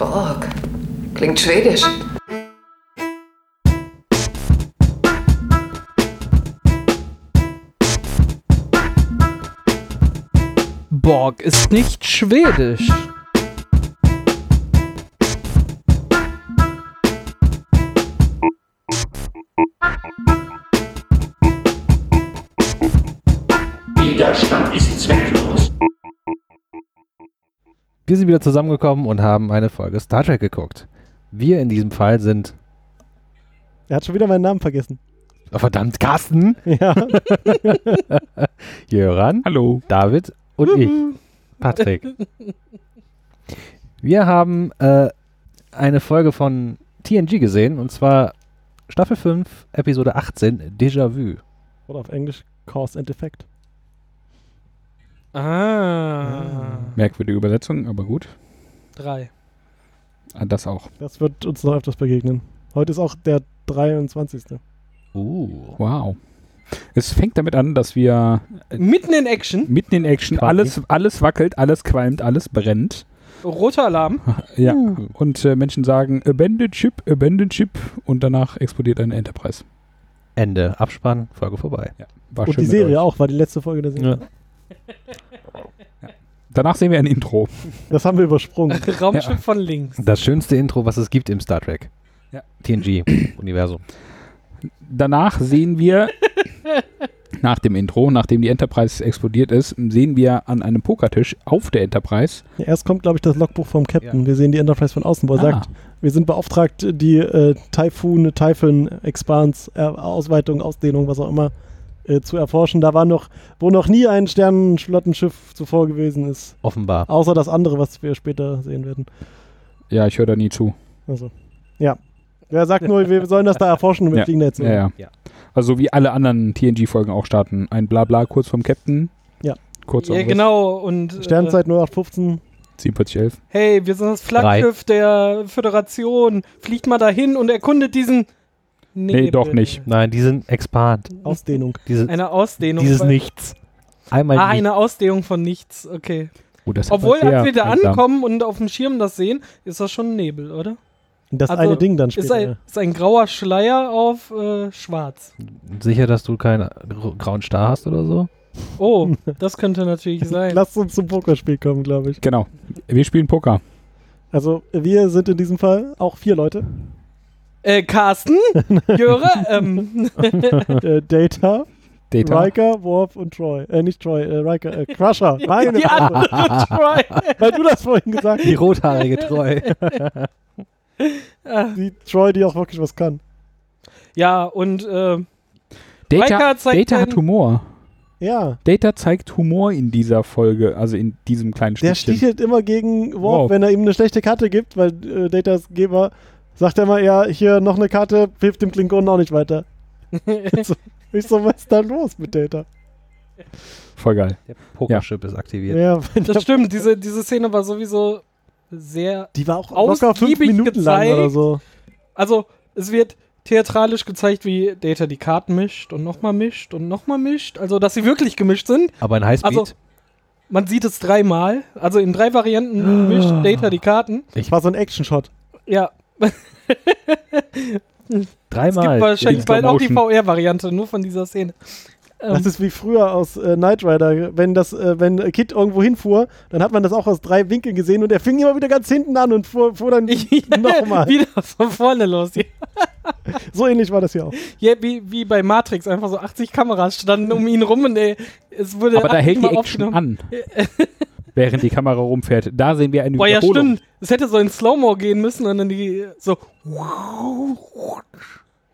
Org. Klingt schwedisch. Borg ist nicht schwedisch. Widerstand ist zwecklos. Wir sind wieder zusammengekommen und haben eine Folge Star Trek geguckt. Wir in diesem Fall sind. Er hat schon wieder meinen Namen vergessen. Oh, verdammt, Carsten, Ja. Jöran, Hallo. David und ich, Patrick. Wir haben äh, eine Folge von TNG gesehen und zwar Staffel 5, Episode 18, Déjà-vu. Oder auf Englisch Cause and Effect. Ah. Merkwürdige Übersetzung, aber gut. Drei. Ah, Das auch. Das wird uns noch öfters begegnen. Heute ist auch der 23. Uh. Wow. Es fängt damit an, dass wir Mitten in Action. mitten in Action Qualm. alles, alles wackelt, alles qualmt, alles brennt. Roter Alarm. Ja. Uh. Und äh, Menschen sagen Abandon Ship, Abandon Ship und danach explodiert ein Enterprise. Ende, Abspann, Folge vorbei. Ja. War Und Ah, schön mit die Serie euch. auch, war die letzte Folge der Serie. Danach sehen wir ein Intro. Das haben wir übersprungen. Raumschiff von links. Das schönste Intro, was es gibt im Star Trek. Ja. TNG-Universum. Danach sehen wir, nach dem Intro, nachdem die Enterprise explodiert ist, sehen wir an einem Pokertisch auf der Enterprise. Ja, Erst kommt, glaube ich, das Logbuch vom Captain. Ja. Wir sehen die Enterprise von außen, wo er Ah. sagt, wir sind beauftragt, die äh, Typhoon, Typhon, Expans, äh, Ausweitung, Ausdehnung, was auch immer, äh, zu erforschen. Da war noch, wo noch nie ein Sternenflottenschiff zuvor gewesen ist. Offenbar. Außer das andere, was wir später sehen werden. ja, ich höre da nie zu. Also, ja. Er sagt nur, wir sollen das da erforschen und wir Ja. fliegen da jetzt hin. Ja, ja. Ja. Also wie alle anderen TNG-Folgen auch starten. Ein Blabla kurz vom Captain. Ja. Kurz ja, genau. Und äh, Sternzeit 0815. 4711. hey, wir sind das Drei. Flaggschiff der Föderation. Fliegt mal dahin und erkundet diesen. Nebel. doch nicht. Nein, die sind expand. Ausdehnung. Diese, Eine Ausdehnung. dieses von- Nichts. Einmal Ah, nichts. eine Ausdehnung von nichts. Okay. Oh, das hat Obwohl, man sehr als wir da einsam. ankommen und auf dem Schirm das sehen, ist das schon ein Nebel, oder? Und Das Also, eine Ding dann Ist später. ein, ist ein grauer Schleier auf äh, schwarz. Sicher, dass du keinen gr- grauen Star hast oder so? Oh, das könnte natürlich ja. sein. Lasst uns zum Pokerspiel kommen, glaube ich. Genau. Wir spielen Poker. Also, wir sind in diesem Fall auch vier Leute. Äh, Carsten, Jöre, ähm, äh, Data, Data. Riker, Worf und Troy. Äh, nicht Troy, äh, Riker, äh, Crusher. Meine die Fresse. andere Troy. Weil du das vorhin gesagt Die rothaarige Treu. hast. Die Troy, die auch wirklich was kann. Ja, und äh, Data, Riker zeigt Data einen- hat Humor. Ja. Data zeigt Humor in dieser Folge, also in diesem kleinen Der Stückchen. stichelt immer gegen Worf, Wow. wenn er ihm eine schlechte Karte gibt, weil äh, Datas Geber sagt er mal, ja, hier noch eine Karte, hilft dem Klingonen auch nicht weiter. so, ich so, was ist da los mit Data? Voll geil. Der Pokerchip ist aktiviert. Ja, wenn der- das stimmt, diese, diese Szene war sowieso sehr. die war auch locker fünf ausgiebig Minuten lang gezeigt. oder so. Also, es wird theatralisch gezeigt, wie Data die Karten mischt und nochmal mischt und nochmal mischt. Also, dass sie wirklich gemischt sind. Aber in Highspeed? Also- Man sieht es dreimal. Also, in drei Varianten mischt Ah. Data die Karten. War so ein Action-Shot. Ja, Es gibt Dreimal. wahrscheinlich in bald auch die Slow VR-Variante, nur von dieser Szene. Ähm. Das ist wie früher aus äh, Knight Rider, wenn das, äh, wenn Kid irgendwo hinfuhr, dann hat man das auch aus drei Winkeln gesehen und er fing immer wieder ganz hinten an und fuhr, fuhr dann Oh nochmal. Wieder von vorne los. Ja, So ähnlich war das hier auch. Ja, wie, wie bei Matrix, einfach so 80 Kameras standen um ihn rum und ey, es wurde Aber da 80 hält die Mal Action an, während die Kamera rumfährt. Da sehen wir eine Boah, ja, Wiederholung. stimmt. Es hätte so in Slow-Mo gehen müssen und dann die so.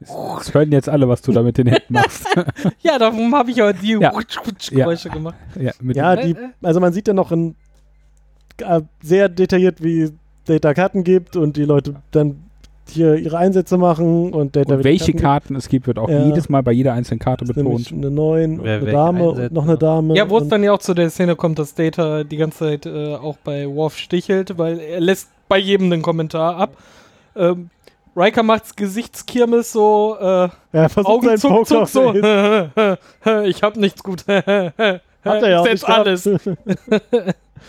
Das hören jetzt alle, was du da mit den Händen machst. Ja, darum habe ich aber die Ja. Geräusche gemacht. ja, mit Ja, Äh, die, also man sieht dann noch in, äh, sehr detailliert, wie Data Karten gibt und die Leute dann hier ihre Einsätze machen und Data und wieder welche gibt. Karten es gibt, wird auch Ja. jedes Mal bei jeder einzelnen Karte Das ist nämlich betont. eine 9, und Wer eine welche Dame und einsetzt, noch eine ja. Dame. Ja, wo es und- dann ja auch zu der Szene kommt, dass Data die ganze Zeit äh, auch bei Worf stichelt, weil er lässt bei jedem den Kommentar ab. Ähm, Riker macht's Gesichtskirmes so, äh, er versucht Augen seinen zuck, Poker zuck, so. auf den- ich hab nichts gut. Hat er Hat er ja auch Jetzt nicht gehabt. alles.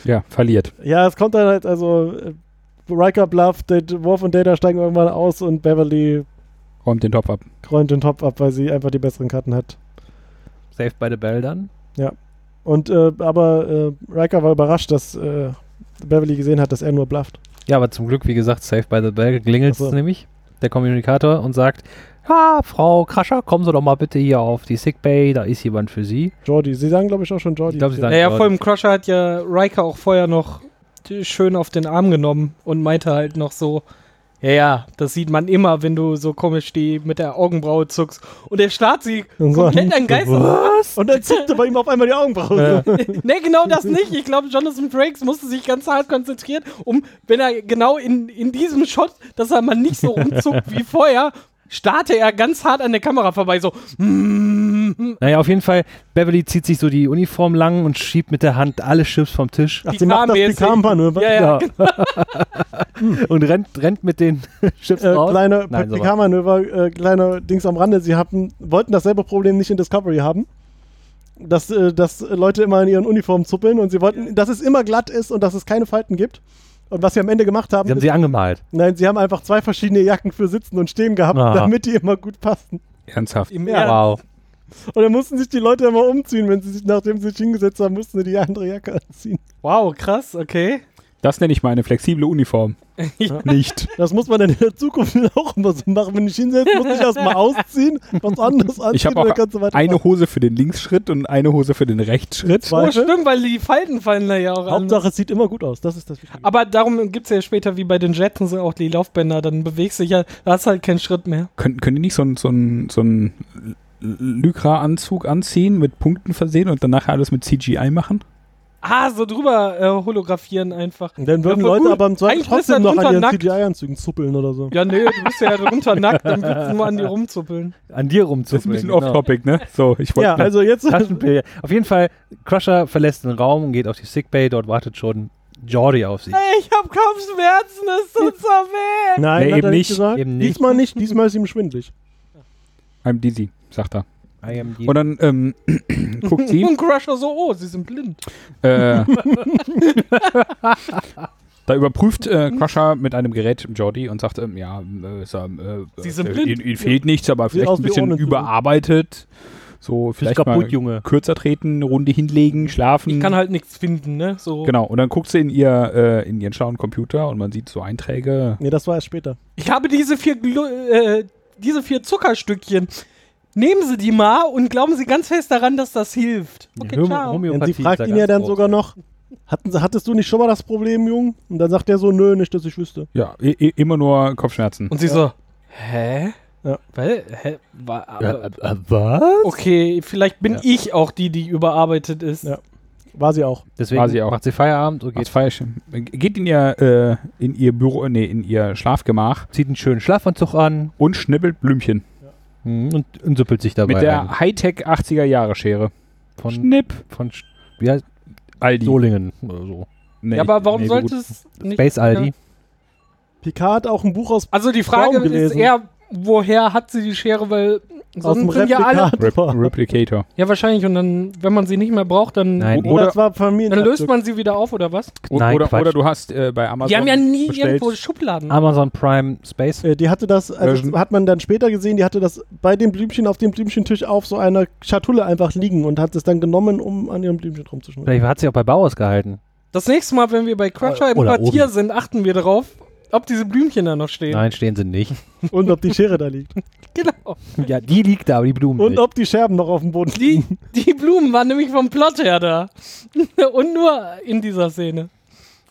Ja, verliert. Ja, es kommt dann halt, also äh, Riker blufft, Dat- Worf und Data steigen irgendwann aus und Beverly Räumt den Topf ab. räumt den Topf ab, weil sie einfach die besseren Karten hat. Safe by the Bell dann. Und äh, aber äh, Riker war überrascht, dass äh, Beverly gesehen hat, dass er nur blufft. Ja, aber zum Glück, wie gesagt, Safe by the Bell klingelt Ach so. nämlich, der Kommunikator, und sagt, ja, Frau Krascher, kommen Sie doch mal bitte hier auf die Sickbay, da ist jemand für Sie. Jordi. Sie sagen, glaube ich, auch schon Jordi. Ich glaub, sie sagen- Naja, Gott. vor allem Crusher hat ja Riker auch vorher noch t- schön auf den Arm genommen und meinte halt noch so, ja, ja, das sieht man immer, wenn du so komisch die mit der Augenbraue zuckst. Und er starrt sie Und so- komplett an Geister. und dann zuckte bei ihm auf einmal die Augenbrauen. ne, genau das nicht. Ich glaube, Jonathan Frakes musste sich ganz hart konzentrieren, um, wenn er genau in, in diesem Shot, dass er mal nicht so rumzuckt wie vorher, starrte er ganz hart an der Kamera vorbei, so, mm, Naja, auf jeden Fall, Beverly zieht sich so die Uniform lang und schiebt mit der Hand alle Chips vom Tisch Ach, sie macht das Äh, Zahnmäßig. Picard-Manöver. ja, ja, und rennt, rennt mit den Chips Äh, raus. kleine Nein, so war- PK-Manöver, äh, kleine Dings am Rande. Sie hatten, wollten dasselbe Problem nicht in Discovery haben. Dass, äh, dass Leute immer in ihren Uniformen zuppeln und sie wollten, dass es immer glatt ist und dass es keine Falten gibt. Und was sie am Ende gemacht haben, Sie haben ist- sie angemalt. nein, sie haben einfach zwei verschiedene Jacken für Sitzen und Stehen gehabt, Ah. damit die immer gut passen. Ernsthaft. im Ja. Ernst. Wow. Und dann mussten sich die Leute immer umziehen, wenn sie sich, nachdem sie sich hingesetzt haben, mussten sie die andere Jacke anziehen. Wow, krass, okay. Das nenne ich mal eine flexible Uniform. Nicht. Das muss man dann in der Zukunft auch immer so machen. Wenn ich hinsetze, muss ich erstmal ausziehen, was anderes anziehen Ich habe und dann auch kannst du eine weitermachen. Hose für den Linksschritt und eine Hose für den Rechtsschritt. Oh, Zweifel. stimmt, weil die Falten fallen da ja auch an. Hauptsache, es sieht immer gut aus. Das ist das Wichtige. Aber darum gibt es ja später wie bei den Jetsons auch die Laufbänder, dann bewegst du dich ja, da hast halt keinen Schritt mehr. Können, können die nicht so einen so einen- so einen Lycra-Anzug anziehen, mit Punkten versehen und dann nachher alles mit CGI machen? Ah, so drüber äh, holographieren einfach. Und dann würden Ja, voll Leute gut. aber im Zweifel Eigentlich bist du trotzdem noch an drunter ihren nackt. CGI-Anzügen zuppeln oder so. Ja, nee, du bist ja drunter nackt, dann willst du nur an dir rumzuppeln. An dir rumzuführen. Das ist ein bisschen off-topic, ne? So, ich wollte Genau. Ja, also jetzt. Taschenpilz. Auf jeden Fall, Crusher verlässt den Raum und geht auf die Sickbay. Dort wartet schon Jordi auf sie. Ey, ich hab Kopfschmerzen, es tut so weh. Nein, Nee, hat eben er nicht nicht. gesagt. Eben nicht. Diesmal nicht, diesmal ist ihm schwindelig. I'm dizzy, sagt er. I am die- Und dann ähm, guckt sie. Und Crusher so, oh, sie sind blind. Äh, da überprüft äh, Crusher mit einem Gerät Jordi und sagt, ähm, ja, äh, ist, ähm, äh, Sie sind äh, blind. Ihnen, ihnen fehlt nichts, aber vielleicht aus ein wie bisschen ohne zu- überarbeitet. So, Bist vielleicht kaputt, mal Junge. kürzer treten, eine Runde hinlegen, schlafen. Ich kann halt nichts finden, ne? So. genau, und dann guckt sie in, ihr, äh, in ihren schlauen Computer und man sieht so Einträge. Nee, das war erst später. Ich habe diese vier, Glu äh, diese vier Zuckerstückchen. Nehmen Sie die mal und glauben Sie ganz fest daran, dass das hilft. Okay, Homö- ciao. Und sie Homöopathie fragt ist da ihn ja ganz dann groß. sogar noch: Hatten, Sie- Hattest du nicht schon mal das Problem, Jung? Und dann sagt er so: Nö, nicht, dass ich wüsste. Ja, i- i- immer nur Kopfschmerzen. Und sie so, hä? Ja. Weil, hä? War, Äh, aber, äh, äh, was? okay, vielleicht bin ich auch die, die überarbeitet ist. Ja. War sie auch. Deswegen War sie auch. macht sie Feierabend und Geht geht, falsch. Äh, Geht in ihr, äh, in ihr Büro, nee, in ihr Schlafgemach zieht einen schönen Schlafanzug an und schnibbelt Blümchen. mhm, und, und suppelt sich dabei. Mit ein. der Hightech 80er Jahre Schere. von, Schnipp. von Sch- wie heißt Aldi. Solingen oder so. Nee, Ja, aber warum nee, so sollte gut. es nicht... Space Aldi. Picard hat auch ein Buch aus, Also die Baum Frage ist gelesen. eher, woher hat sie die Schere, weil aus dem sonst sind ja alle... Replikat. Rep Replicator. Ja, wahrscheinlich. Und dann, wenn man sie nicht mehr braucht, dann, Nein, Oder Oder- es war dann löst Familien. man sie wieder auf, oder was? O- Nein, oder, Quatsch. oder du hast äh, bei Amazon. die haben ja nie bestellt, irgendwo Schubladen. Amazon Prime Space. Äh, Die hatte das, also Version. hat man dann später gesehen, die hatte das bei dem Blümchen auf dem Blümchentisch auf so einer Schatulle einfach liegen und hat es dann genommen, um an ihrem Blümchen rumzuschnurren. Vielleicht hat sie auch bei Bauhaus gehalten. Das nächste Mal, wenn wir bei Crusher im Oder Quartier oben. sind, achten wir darauf, ob diese Blümchen da noch stehen. Nein, stehen sie nicht. Und ob die Schere da liegt. Genau. ja, die liegt da, aber die Blumen Und nicht. ob die Scherben noch auf dem Boden liegen. Die, die Blumen waren nämlich vom Plot her da. Und nur in dieser Szene.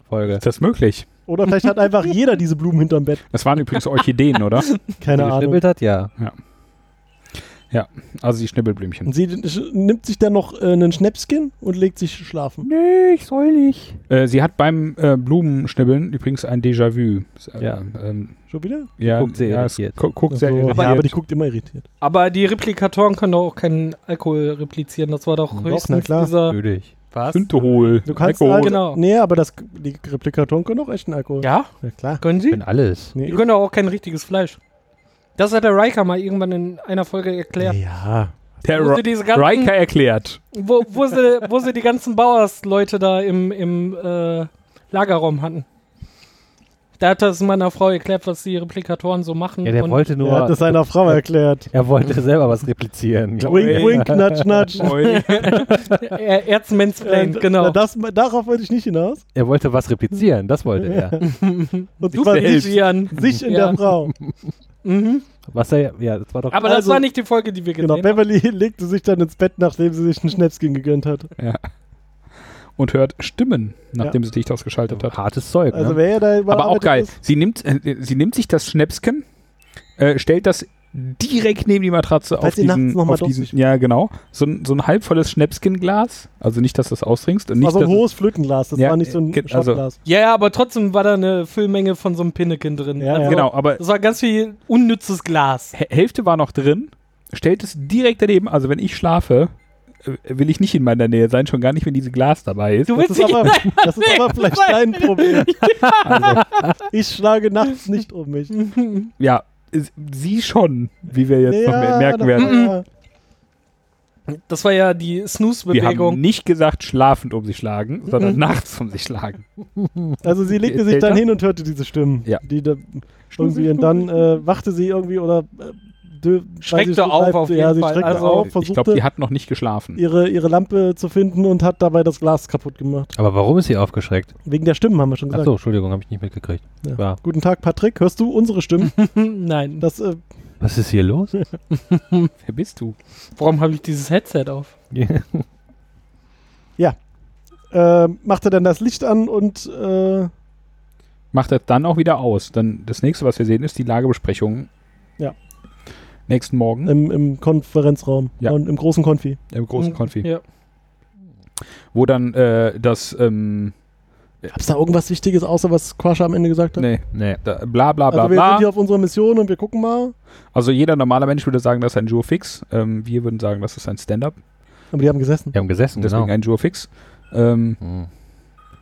Folge. Ist das möglich? Oder vielleicht hat einfach jeder diese Blumen hinterm Bett. Das waren übrigens Orchideen, oder? Keine die Ahnung. geschnippelt hat, ja. Also die Schnibbelblümchen. Und sie sch- nimmt sich dann noch äh, einen Schnäpschen und legt sich schlafen. Nee, ich soll nicht. Äh, sie hat beim äh, Blumenschnibbeln übrigens ein Déjà-vu. Äh, Ja. Ähm, Schon wieder? ja, Guckt sehr ja, es irritiert. gu- Guckt Ach so. sehr irritiert. Ja, aber die guckt immer irritiert. Aber die Replikatoren können doch auch keinen Alkohol replizieren. Das war doch Doch, na höchstens klar. dieser. Natürlich. Was? Synthohol. Du kannst Alkohol. halt- Genau. Nee, aber das, die Replikatoren können auch echten Alkohol. Ja, ja klar. können Ich sie? bin alles. Nee, Die können doch auch kein richtiges Fleisch. Das hat der Riker mal irgendwann in einer Folge erklärt. ja. Der Wo Ro sie, diese Riker ganzen, erklärt. wo, wo, sie, wo sie die ganzen Bauersleute da im, im äh, Lagerraum hatten. Da hat das meiner Frau erklärt, was die Replikatoren so machen. Ja, der und wollte nur. Er hat es seiner Frau erklärt. er wollte selber was replizieren. glaub Wink, ich. wink, nudge, nudge. er, er hat's mansplained, Äh, genau. na, Das, darauf wollte ich nicht hinaus. Er wollte was replizieren, das wollte er. Und du zwar bist sich, Ian. sich in Ja. der Frau. Genau. Mhm. Was er, ja, das war doch. Aber das Also- war nicht die Folge, die wir Genau. gesehen haben. Beverly legte sich dann ins Bett, nachdem sie sich einen Schnäpschen gegönnt hat. Und hört Stimmen, nachdem sie Licht ausgeschaltet hat. hartes Zeug. Also ne? wer ja da Aber auch überarbeitet geil. Ist, Sie nimmt, äh, sie nimmt sich das Schnäpsken, äh, stellt das direkt neben die Matratze auf Falls sie nachts diesen, noch mal auf diesen durstig ja genau, so ein, so ein halbvolles Schnäpsken-Glas, also nicht, dass du das ausrinkst und war nicht, so ein dass es- hohes Flötenglas, das Ja, war nicht so ein ge- also- Schottglas. Ja, ja, aber trotzdem war da eine Füllmenge von so einem Pinneken drin. Ja, also, ja. genau, aber Das war ganz viel unnützes Glas. H- Hälfte war noch drin, stellt es direkt daneben, also wenn ich schlafe, äh, will ich nicht in meiner Nähe sein, schon gar nicht, wenn dieses Glas dabei ist. Du Das willst ist nicht. aber, das ist aber vielleicht nein. dein Problem. Also, Ich schlage nachts nicht um mich. ja, es- sie schon, wie wir jetzt noch mer- merken da- werden. ja. Das war ja die Wir haben Snooze-Bewegung. nicht gesagt, schlafend um sie schlagen, sondern nachts um sie schlagen. Also sie legte Erzählt sich dann er? hin und hörte diese Stimmen. Ja. Die da irgendwie und dann äh, wachte sie irgendwie oder äh, dö- Schreckte weiß ich, auf, auf ja, jeden sie Fall. schreckte Also, auf, ich glaube, die versuchte hat noch nicht geschlafen. ihre, ihre Lampe zu finden und hat dabei das Glas kaputt gemacht. Aber warum ist sie aufgeschreckt? Wegen der Stimmen haben wir schon gesagt. Achso, Entschuldigung, habe ich nicht mitgekriegt. Ja. Ja. Guten Tag, Patrick. Hörst du unsere Stimmen? Nein. Das äh, Was ist hier los? Wer bist du? Warum habe ich dieses Headset auf? äh, machte dann das Licht an und äh, Macht das dann auch wieder aus. Dann das nächste, was wir sehen, ist die Lagebesprechung. Ja. Ähm, Nächsten Morgen im, im Konferenzraum Ja. und im großen Konfi. im großen Mhm, Konfi. Ja. Wo dann äh, das, ähm, Gab's da irgendwas Wichtiges, außer was Quasha am Ende gesagt hat? nee, nee. da, bla bla bla also wir sind hier bla. auf unserer Mission und wir gucken mal. Also jeder normale Mensch würde sagen, das ist ein Jurfix. Ähm, wir würden sagen, das ist ein Stand-up. Aber die haben gesessen. Wir haben gesessen, Deswegen genau. ein Jurfix. Ähm, Hm.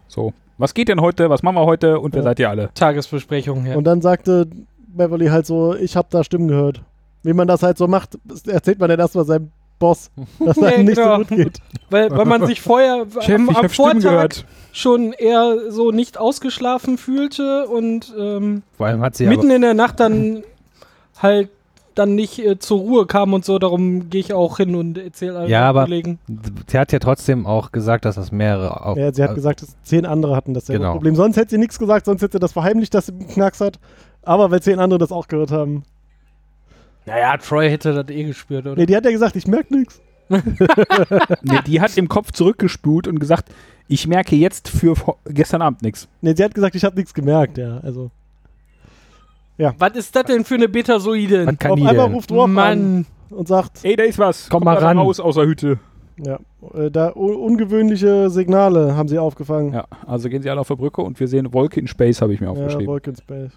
so. Was geht denn heute? Was machen wir heute? Und wer Ja. seid ihr alle? Tagesbesprechung, ja. Und dann sagte Beverly halt so, ich habe da Stimmen gehört. Wie man das halt so macht, das erzählt man dann erstmal seinem Boss, dass Nee, einem nicht genau. so gut geht. weil, weil man sich vorher am, am Vortag schon eher so nicht ausgeschlafen fühlte und ähm, Vor allem hat sie mitten aber, in der Nacht dann halt dann nicht äh, zur Ruhe kam und so, darum gehe ich auch hin und erzähle allen Ja, aber- Kollegen. sie hat ja trotzdem auch gesagt, dass das mehrere auch, also Ja, also sie hat gesagt, dass zehn andere hatten dasselbe Genau. Problem. Sonst hätte sie nichts gesagt, sonst hätte sie das verheimlicht, dass sie einen Knacks hat. Aber weil zehn andere das auch gehört haben. Naja, Troy hätte das eh gespürt, oder? Nee, die hat ja gesagt, ich merke nichts. Nee, die hat im Kopf zurückgespult und gesagt, ich merke jetzt für vo- gestern Abend nichts. Nee, sie hat gesagt, ich habe nichts gemerkt, ja. Also. Was ist das denn für eine Betasoide? Was kann auf die einmal denn? ruft Worf an Mann. und sagt, Ey, da ist was. Komm mal da ran. raus aus der Hütte. ja, äh, da un ungewöhnliche Signale haben sie aufgefangen. Ja, also gehen sie alle auf der Brücke und wir sehen Wolke in Space, habe ich mir ja aufgeschrieben. Wolken Space.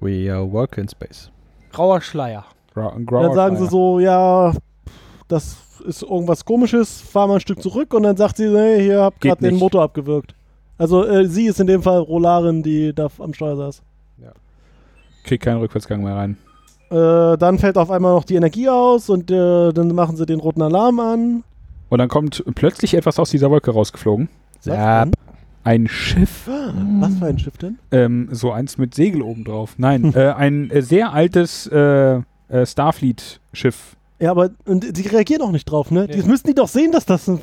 We are work in space. Grauer Schleier. Gra- ein Und grauer dann sagen sie Schleier. so, ja, das ist irgendwas komisches, fahr mal ein Stück zurück und dann sagt sie, nee, hier hab Geht gerade den nicht. Motor abgewürgt. Also äh, sie ist in dem Fall Rolarin, die da am Steuer saß. Krieg keinen Rückwärtsgang mehr rein. Äh, dann fällt auf einmal noch die Energie aus und äh, dann machen sie den roten Alarm an. Und dann kommt plötzlich etwas aus dieser Wolke rausgeflogen. Was, denn? Ein Schiff. Was für ein Schiff denn? Ähm, so eins mit Segel obendrauf. Nein, äh, ein äh, sehr altes äh, äh, Starfleet-Schiff. Ja, aber und die reagieren auch nicht drauf, ne? Nee. Die müssen die doch sehen, dass das ein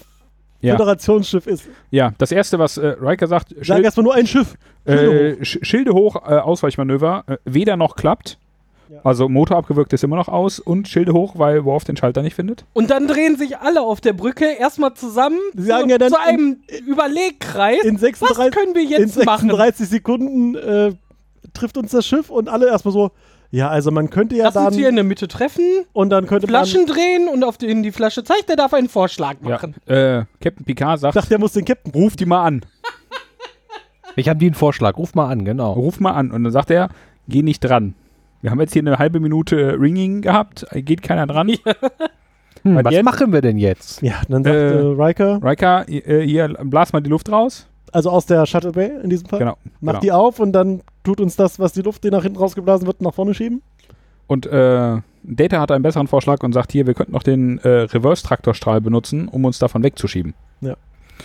Ja. Föderationsschiff ist. Ja, das erste, was äh, Riker sagt, Sag Schild, erstmal nur ein Schiff. äh, Sch- Schilde hoch, äh, Ausweichmanöver, äh, weder noch klappt. Ja. Also Motor abgewürgt ist immer noch aus und Schilde hoch, weil Worf den Schalter nicht findet. Und dann drehen sich alle auf der Brücke erstmal zusammen Sie sagen ja dann zu einem Überlegkreis. In Was 36, können wir in jetzt machen? 36 Sekunden äh, trifft uns das Schiff und alle erstmal so, ja, also man könnte ja Lass uns hier dann in der Mitte treffen, und dann könnte man Flaschen drehen und auf den die Flasche zeigt, der darf einen Vorschlag machen. Ja. Äh, Captain Picard ich sagt, dachte, der muss den Captain. ruf die mal an. Ich habe die einen Vorschlag, ruf mal an, genau. Ruf mal an. Und dann sagt er, geh nicht dran. Wir haben jetzt hier eine halbe Minute äh, Ringing gehabt, äh, geht keiner dran. Hm, Was was jetzt? machen wir denn jetzt? Ja, dann sagt Äh. äh, Riker, Riker, äh, hier, blas mal die Luft raus. also aus der Shuttle Bay in diesem Fall, Genau. genau. macht die auf und dann tut uns das, was die Luft, die nach hinten rausgeblasen wird, nach vorne schieben. Und äh, Data hat einen besseren Vorschlag und sagt hier, wir könnten noch den äh, Reverse-Traktorstrahl benutzen, um uns davon wegzuschieben. Ja.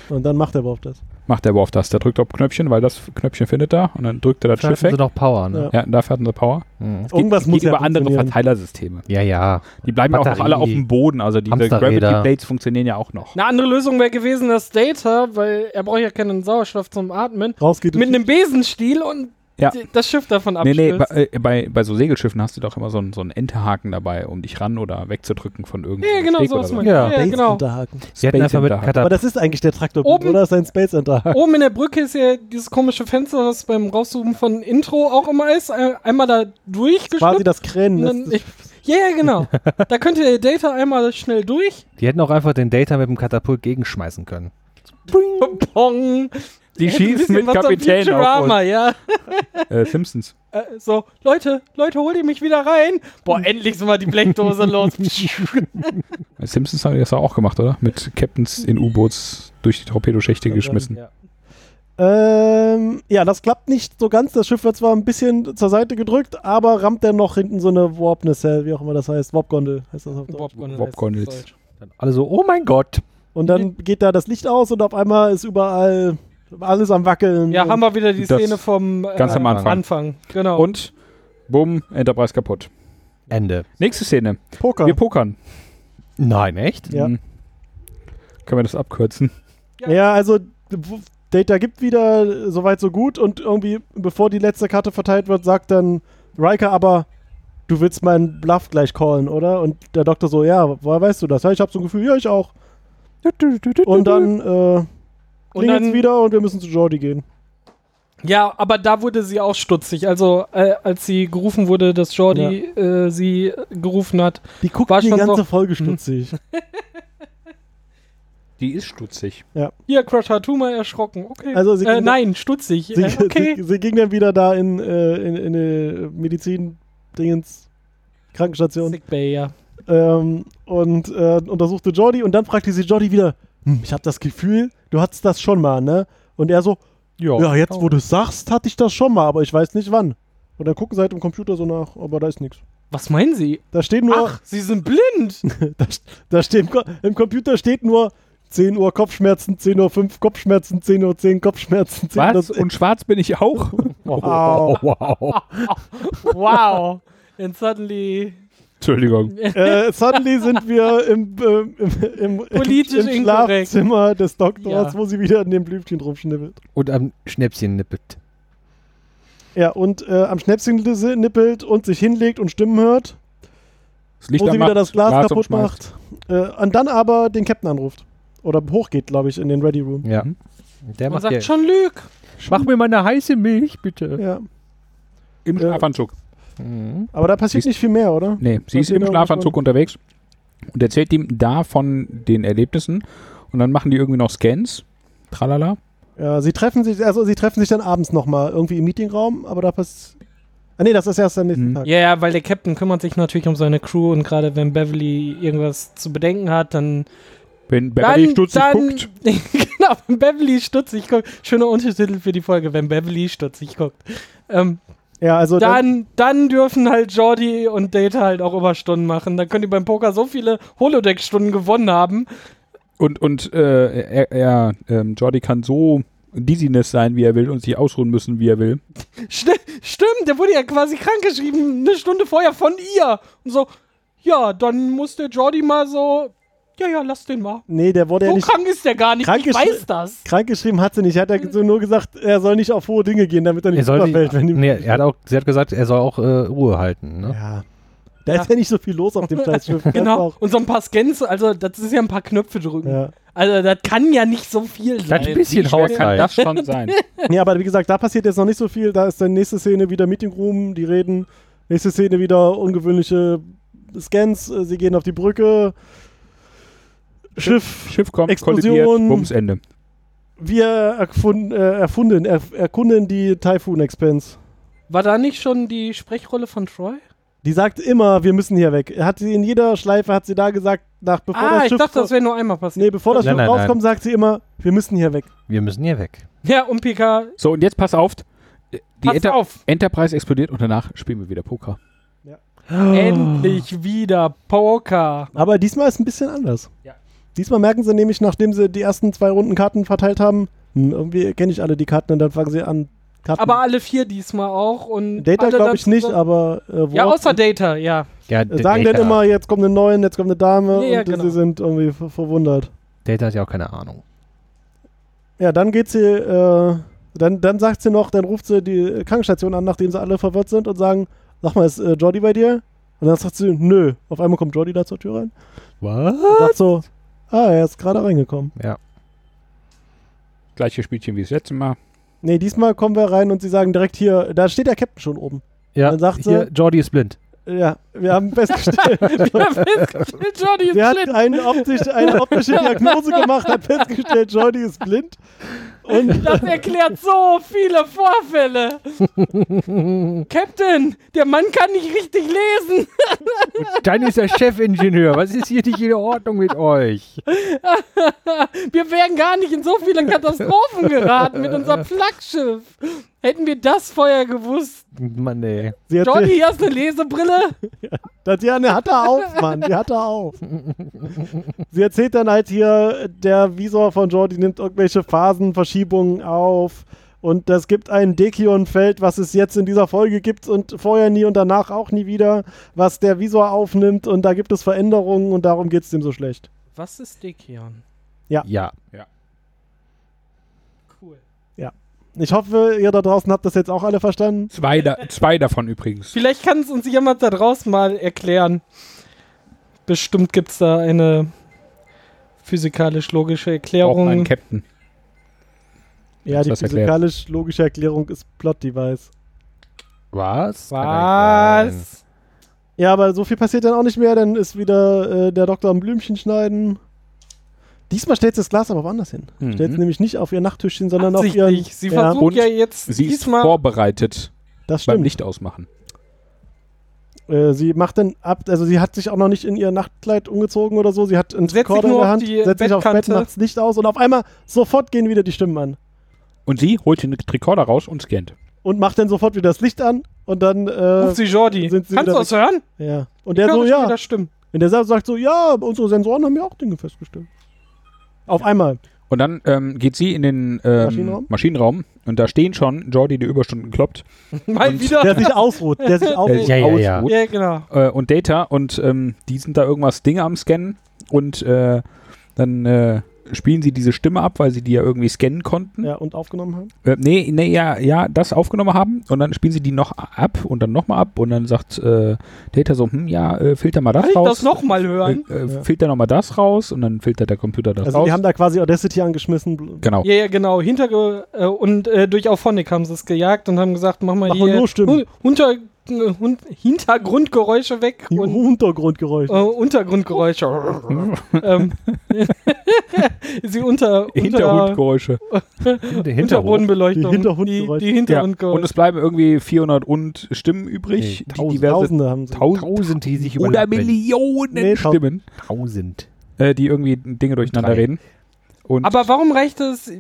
Und dann macht der Wolf das. Macht der Worf das. Der drückt auf Knöpfchen, weil das Knöpfchen findet er und dann drückt er das Da hatten Schiff weg. sie noch Power, ne? Ja, dafür hatten sie Power. Mhm. Es geht- Irgendwas es geht muss ja über andere funktionieren. Verteilersysteme. Ja, ja. Die bleiben ja auch noch Batterie. alle auf dem Boden. Also diese Gravity Hamsterräder. Blades funktionieren ja auch noch. Eine andere Lösung wäre gewesen, dass Data, weil er braucht ja keinen Sauerstoff zum Atmen, Raus geht mit einem Besenstiel und Ja. d- das Schiff davon Nee, abstößt. nee, bei, äh, bei, bei so Segelschiffen hast du doch immer so einen, so einen Enterhaken dabei, um dich ran oder wegzudrücken von irgendeinem Ja, genau, Steg sowas oder so. meine Ja, ich. ja, genau. Unterhaken. Sie hätten Space einfach mit Hinterhaken. Aber Katar. das ist eigentlich der Traktor, Oben- oder? Das ist ein Space Unterhaken. Oben in der Brücke ist ja dieses komische Fenster, was beim Raussuchen von Intro auch immer ist. Ein- Einmal da Quasi durchgeschnitten. das Kränen. Das, Dann- Ja, ja, genau. da könnte der Data einmal schnell durch. Die hätten auch einfach den Data mit dem Katapult gegenschmeißen können. Pong. Die Hätte ein schießen bisschen mit was am Kapitän auf Futurama, uns. ja. Äh, Simpsons. Äh, so, Leute, Leute, holt ihr mich wieder rein. Hm. Boah, endlich sind mal die Blechdose los. Bei Äh, Simpsons haben die das auch gemacht, oder? Mit Captains in U-Boots durch die Torpedoschächte geschmissen. Ja. ähm, ja, das klappt nicht so ganz. Das Schiff wird zwar ein bisschen zur Seite gedrückt, aber rammt dann noch hinten so eine Warp Nacelle, wie auch immer das heißt. Warp Gondel heißt das auf Deutsch. Popcorn Popcorn heißt es jetzt. auf Deutsch. Dann alle so, oh mein Gott. Und Mhm. dann geht da das Licht aus und auf einmal ist überall alles am Wackeln. Ja, und haben wir wieder die Das Szene vom äh, ganz am Anfang. Genau. Und bumm, Enterprise kaputt. Ende. Nächste Szene. Poker. Wir pokern. Nein, echt? Ja. Mhm. Können wir das abkürzen? Ja, also w- Data gibt wieder äh, soweit so gut und irgendwie, bevor die letzte Karte verteilt wird, sagt dann Riker aber, du willst meinen Bluff gleich callen, oder? Und der Doktor so, ja, woher weißt du das? Ja, ich habe so ein Gefühl, ja, ich auch. Und dann äh, Und klingelt's dann, wieder und wir müssen zu Jordi gehen. ja, aber da wurde sie auch stutzig. Also, äh, als sie gerufen wurde, dass Jordi äh, sie äh, gerufen hat. Die guckt War die schon ganze so- Hm. Folge stutzig. Die ist stutzig. Hier, Crush Hatuma erschrocken. Okay. Also, sie äh, ging- nein, stutzig. Sie, äh, okay. sie, sie ging dann wieder da in, äh, in, in eine Medizin-Dingens, Krankenstation. Sickbay, ja. ähm, und äh, untersuchte Jordi und dann fragte sie Jordi wieder, hm, ich habe das Gefühl, du hattest das schon mal, ne? Und er so, ja, jetzt wo du es sagst, hatte ich das schon mal, aber ich weiß nicht wann. Und dann gucken sie halt im Computer so nach, aber da ist nichts. Was meinen Sie? Da steht nur, Ach, Sie sind blind. da, st- da steht im, Ko- im Computer steht nur 10 Uhr Kopfschmerzen, 10 Uhr 5 Kopfschmerzen, 10 Uhr 10 Kopfschmerzen, 10 Was? Uhr Und schwarz bin ich auch. Oh. Au. Oh, wow. wow. And suddenly. Entschuldigung. äh, suddenly sind wir im, ähm, im, im, Politisch im inkorrekt. Schlafzimmer des Doktors, Ja. wo sie wieder an dem Blümchen rumschnippelt. Und am Schnäpschen nippelt. Ja, und äh, am Schnäpschen nippelt und sich hinlegt und Stimmen hört, Das Licht wo sie anmacht, wieder das Glas kaputt umschmeißt. macht. Äh, und dann aber den Captain anruft. Oder hochgeht, glaube ich, in den Ready Room. Ja. Mhm. Der Man macht ja, sagt schon Lüg. mach mir mal eine heiße Milch, bitte. Ja. Im Äh, Schlafanzug. Mhm. Aber da passiert Sie ist- nicht viel mehr, oder? Nee, sie ist Passiert im irgendwas Schlafanzug schon? unterwegs und erzählt ihm da von den Erlebnissen. Und dann machen die irgendwie noch Scans. Tralala. Ja, sie treffen sich, also sie treffen sich dann abends nochmal irgendwie im Meetingraum, aber da passiert. Ah nee, das ist erst am nächsten Mhm. Tag. Ja, ja, weil der Captain kümmert sich natürlich um seine Crew und gerade wenn Beverly irgendwas zu bedenken hat, dann. Wenn Beverly dann, stutzig dann, guckt. genau, wenn Beverly stutzig guckt. Schöner Untertitel für die Folge, wenn Beverly stutzig guckt. Ähm, Ja, also dann, dann, dann dürfen halt Jordi und Data halt auch Überstunden machen. Dann können die beim Poker so viele Holodeck-Stunden gewonnen haben. Und, und äh, er, er, ähm, Jordi kann so Dizziness sein, wie er will und sich ausruhen müssen, wie er will. Sti- stimmt, der wurde ja quasi krankgeschrieben, eine Stunde vorher von ihr. Und so, ja, dann muss der Jordi mal so. Ja, ja, lass den mal. nee, der wurde ja So nicht krank ist der gar nicht. Krank Ich ist- weiß das. krankgeschrieben, hat sie nicht. Hat er so nur gesagt, er soll nicht auf hohe Dinge gehen, damit er Er, nicht soll die, überfällt, wenn ihm. nee, er hat auch, sie hat gesagt, er soll auch äh, Ruhe halten. Ne? Ja. Da ist ja nicht so viel los auf dem Scheißschiff. Das Genau. Auch, Und so ein paar Scans, also das ist ja ein paar Knöpfe drücken. ja. Also das kann ja nicht so viel Das ein sein. bisschen Schwer kann Haushalt. das schon sein. Ja, aber wie gesagt, da passiert jetzt noch nicht so viel. Da ist dann nächste Szene wieder Meeting Room, die reden. Nächste Szene wieder ungewöhnliche Scans. äh, Sie gehen auf die Brücke. Schiff. Schiff kommt, Explosion. kollidiert, Bums, Ende. Wir erfunden, äh, erfunden erf- erkunden die Typhoon Expense. War da nicht schon die Sprechrolle von Troy? Die sagt immer, wir müssen hier weg. Hat sie in jeder Schleife hat sie da gesagt, nach bevor ah, das ich Schiff dachte, das wäre nur einmal passiert. nee, bevor das Nein, Schiff nein, nein. rauskommt, sagt sie immer, wir müssen hier weg. Wir müssen hier weg. Ja, und PK, So, und jetzt pass auf. Die pass Enter auf. Enterprise explodiert und danach spielen wir wieder Poker. Ah. Endlich wieder Poker. Aber diesmal ist ein bisschen anders. Diesmal merken sie nämlich, nachdem sie die ersten zwei Runden Karten verteilt haben, hm, irgendwie kenne ich alle die Karten und dann fangen sie an, Karten. Aber alle vier diesmal auch. Und Data alle glaube dann ich nicht, zusammen- aber äh, Ja, Warp- außer Data, ja. Ja, äh, sagen Data, denn immer, jetzt kommt eine Neuen, jetzt kommt eine Dame Ja, ja, und genau. sie sind irgendwie ver verwundert. Data hat ja auch keine Ahnung. Ja, dann geht sie, äh, dann, dann sagt sie noch, dann ruft sie die Krankenstation an, nachdem sie alle verwirrt sind und sagen, sag mal, ist äh, Jordi bei dir? Und dann sagt sie, nö. Auf einmal kommt Jordi da zur Tür rein Was? und sagt so, ah, er ist gerade reingekommen. Gleiches Spielchen wie das letzte Mal. Nee, diesmal kommen wir rein und sie sagen direkt hier, da steht der Captain schon oben. Ja, Dann sagt sie- hier, Jordi ist blind. Ja, wir haben festgestellt, Johnny ist sie hat blind. eine, optisch, eine optische Diagnose gemacht, hat festgestellt, Jordi ist blind. Und Das erklärt so viele Vorfälle. Captain, der Mann kann nicht richtig lesen. Dann ist er Chefingenieur. Was ist hier nicht in Ordnung mit euch? Wir wären gar nicht in so viele Katastrophen geraten mit unserem Flaggschiff. Hätten wir das vorher gewusst. Mann, ey. sie hat, Johnny, hast du eine Lesebrille? Das, ja, ne, hat er auf, Mann. Die hat er auf. Sie erzählt dann halt hier, der Visor von Jordi nimmt irgendwelche Phasenverschiebungen auf. Und das gibt ein Dekion-Feld, was es jetzt in dieser Folge gibt und vorher nie und danach auch nie wieder, was der Visor aufnimmt. Und da gibt es Veränderungen und darum geht es dem so schlecht. Was ist Dekion? Ja. Cool. Ich hoffe, ihr da draußen habt das jetzt auch alle verstanden. Zwei, da, zwei davon übrigens. Vielleicht kann es uns jemand da draußen mal erklären. Bestimmt gibt es da eine Auch physikalisch-logische ein Erklärung. Captain. Ja, Hast die das erklärt. physikalisch-logische Erklärung ist Plot-Device. Was? Was? Ja, aber so viel passiert dann auch nicht mehr. Dann ist wieder äh, der Doktor am Blümchen schneiden. Diesmal stellt sie das Glas aber woanders hin. Mhm. Stellt sie nämlich nicht auf ihr Nachttischchen, sondern auf ihren. Absichtlich. Sie ja. versucht Und ja jetzt Sie ist diesmal vorbereitet Das beim stimmt. Licht ausmachen. Äh, sie macht dann ab, also sie hat sich auch noch nicht in ihr Nachtkleid umgezogen oder so. Sie hat einen Setzt Rekorder sich in nur der auf Hand, die setzt sich aufs Bett, Bettkante. macht das Licht aus und auf einmal sofort gehen wieder die Stimmen an. Und sie holt den Rekorder raus und scannt. Und macht dann sofort wieder das Licht an und dann. Äh, ruft sie Jordi. sind sie Kannst du wieder das hören? ja. Und Ich der so, höre schon ja. wieder Stimmen. Und der sagt so, ja, unsere Sensoren haben ja auch Dinge festgestellt. Auf einmal. Und dann ähm, geht sie in den ähm, Maschinenraum? Maschinenraum? und da stehen schon Jordi, der Überstunden kloppt, Mal Und- wieder. Der sich ausruht. Der sich äh, ausruht. Ja, ja, ja. ausruht, ja, genau. Äh, und Data und ähm, die sind da irgendwas Dinge am Scannen und äh, dann äh, spielen sie diese Stimme ab, weil sie die ja irgendwie scannen konnten. Ja, und aufgenommen haben. Äh, nee, nee, ja, ja, das aufgenommen haben und dann spielen sie die noch ab und dann nochmal ab und dann sagt äh, Data so, hm, ja, äh, filter mal das Kann ich raus. das nochmal äh, hören? äh, Ja. Filter nochmal das raus und dann filtert der Computer das Also raus. die haben da quasi Audacity angeschmissen. bl- genau. Ja, ja, genau. Hinterge äh, und äh, durch Auphonic haben sie es gejagt und haben gesagt, mach mal Mach mal hier nur Stimmen. Hun- Hunter, äh, Hun- Hintergrundgeräusche weg Die und Untergrundgeräusche. äh, Untergrundgeräusche. ähm, sie unter, unter Hintergrundgeräusche. Der Hintergrund. Hinterbodenbeleuchtung. Die Hintergrundgeräusche. Die, die Ja. Und Hintergrundgeräusche. es bleiben irgendwie 400 und Stimmen übrig. Nee, die tausend. diverse Tausende haben sie. tausend Tausend, die sich oder überlappen. Millionen Nee, tausend. Stimmen, Tausend. äh, die irgendwie Dinge durcheinander Drei. reden. Und Aber warum reicht es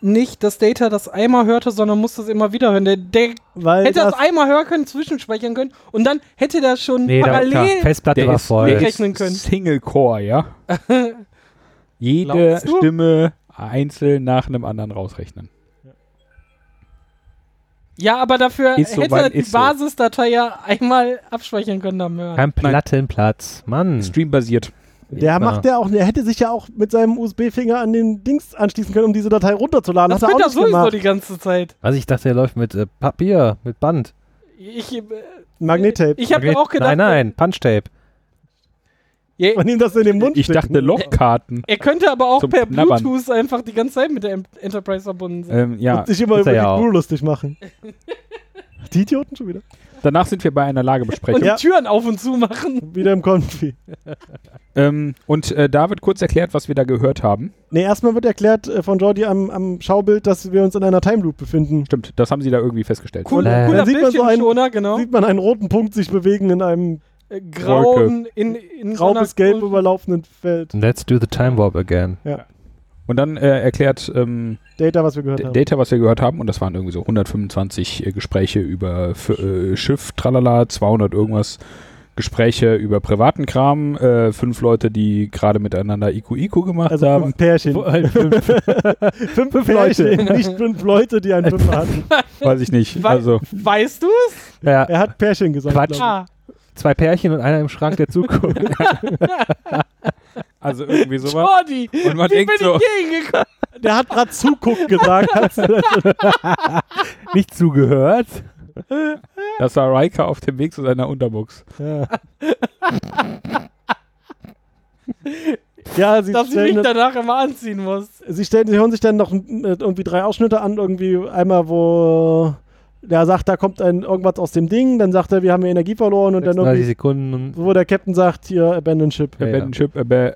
nicht, dass Data das einmal hörte, sondern musste es immer wieder hören? Der, der Weil hätte das das, einmal hören können, zwischenspeichern können und dann hätte das schon Nee, da, klar, parallel Festplatte war voll. der Rechnen können. Single Core, ja. Jede Glaubst du? Stimme einzeln nach einem anderen rausrechnen. Ja, aber dafür Ist so, hätte weil er die ist so. Basisdatei ja einmal abspeichern können am Hören. Kein Plattenplatz. Mann. Streambasiert. der Ja. macht ja auch, der hätte sich ja auch mit seinem USB-Finger an den Dings anschließen können, um diese Datei runterzuladen. Das hat er auch wird er nicht sowieso gemacht. die ganze Zeit. Was ich dachte, der läuft mit äh, Papier, mit Band. Ich, äh, Magnettape. ich habe mir auch gedacht, Nein, nein, Punchtape. Ja, Man ihm das in den Mund Ich steckt. dachte Lochkarten. er könnte aber auch Zum per Knabbern. Bluetooth einfach die ganze Zeit mit der Em- Enterprise verbunden sein. Ähm, ja, Und sich immer ist er über die ja auch. Crew lustig machen. Die Idioten schon wieder. danach sind wir bei einer Lagebesprechung. und ja. die Türen auf und zu machen. Wieder im Konfi. Ähm, und äh, da wird kurz erklärt, was wir da gehört haben. Nee, erstmal wird erklärt äh, von Jordi am, am Schaubild, dass wir uns in einer Time Loop befinden. Stimmt, das haben sie da irgendwie festgestellt. Cool, Äh. cooler Dann sieht man so einen- Bildschirmschoner, genau. Sieht man einen roten Punkt sich bewegen in einem Äh, Grauen in, in grau so bis gelb einer- überlaufenden Feld. Let's do the time warp again. Und dann äh, erklärt ähm, Data, was wir gehört D- haben. Data, was wir gehört haben, und das waren irgendwie so 125 äh, Gespräche über F äh, Schiff, tralala, 200 irgendwas Gespräche über privaten Kram, äh, fünf Leute, die gerade miteinander Iku Iku gemacht Also haben. fünf Pärchen. Fünf, Fünf, Pärchen, nicht fünf Leute, die einen Pimmel hatten. weiß ich nicht. Wei- Also Weißt du es? Ja, Er hat Pärchen gesagt. Quatsch. glaub Ah, zwei Pärchen und einer im Schrank der Zukunft. Also irgendwie sowas. Jordi, Und man Oh, wie denkt bin so- ich hier hingekommen? ich. Der hat gerade zuguckt gesagt. Nicht zugehört. Das war Riker auf dem Weg zu seiner Unterbox. ja. ja, sie Dass ich mich stellen, danach immer anziehen muss. sie stellen, sie hören sich dann noch äh, irgendwie drei Ausschnitte an, irgendwie einmal, wo der sagt, da kommt ein irgendwas aus dem Ding, dann sagt er, wir haben hier Energie verloren und dann 30 irgendwie, Sekunden und. wo der Captain sagt, hier, abandon ship. Ja, ja. Abandon Ship, aber,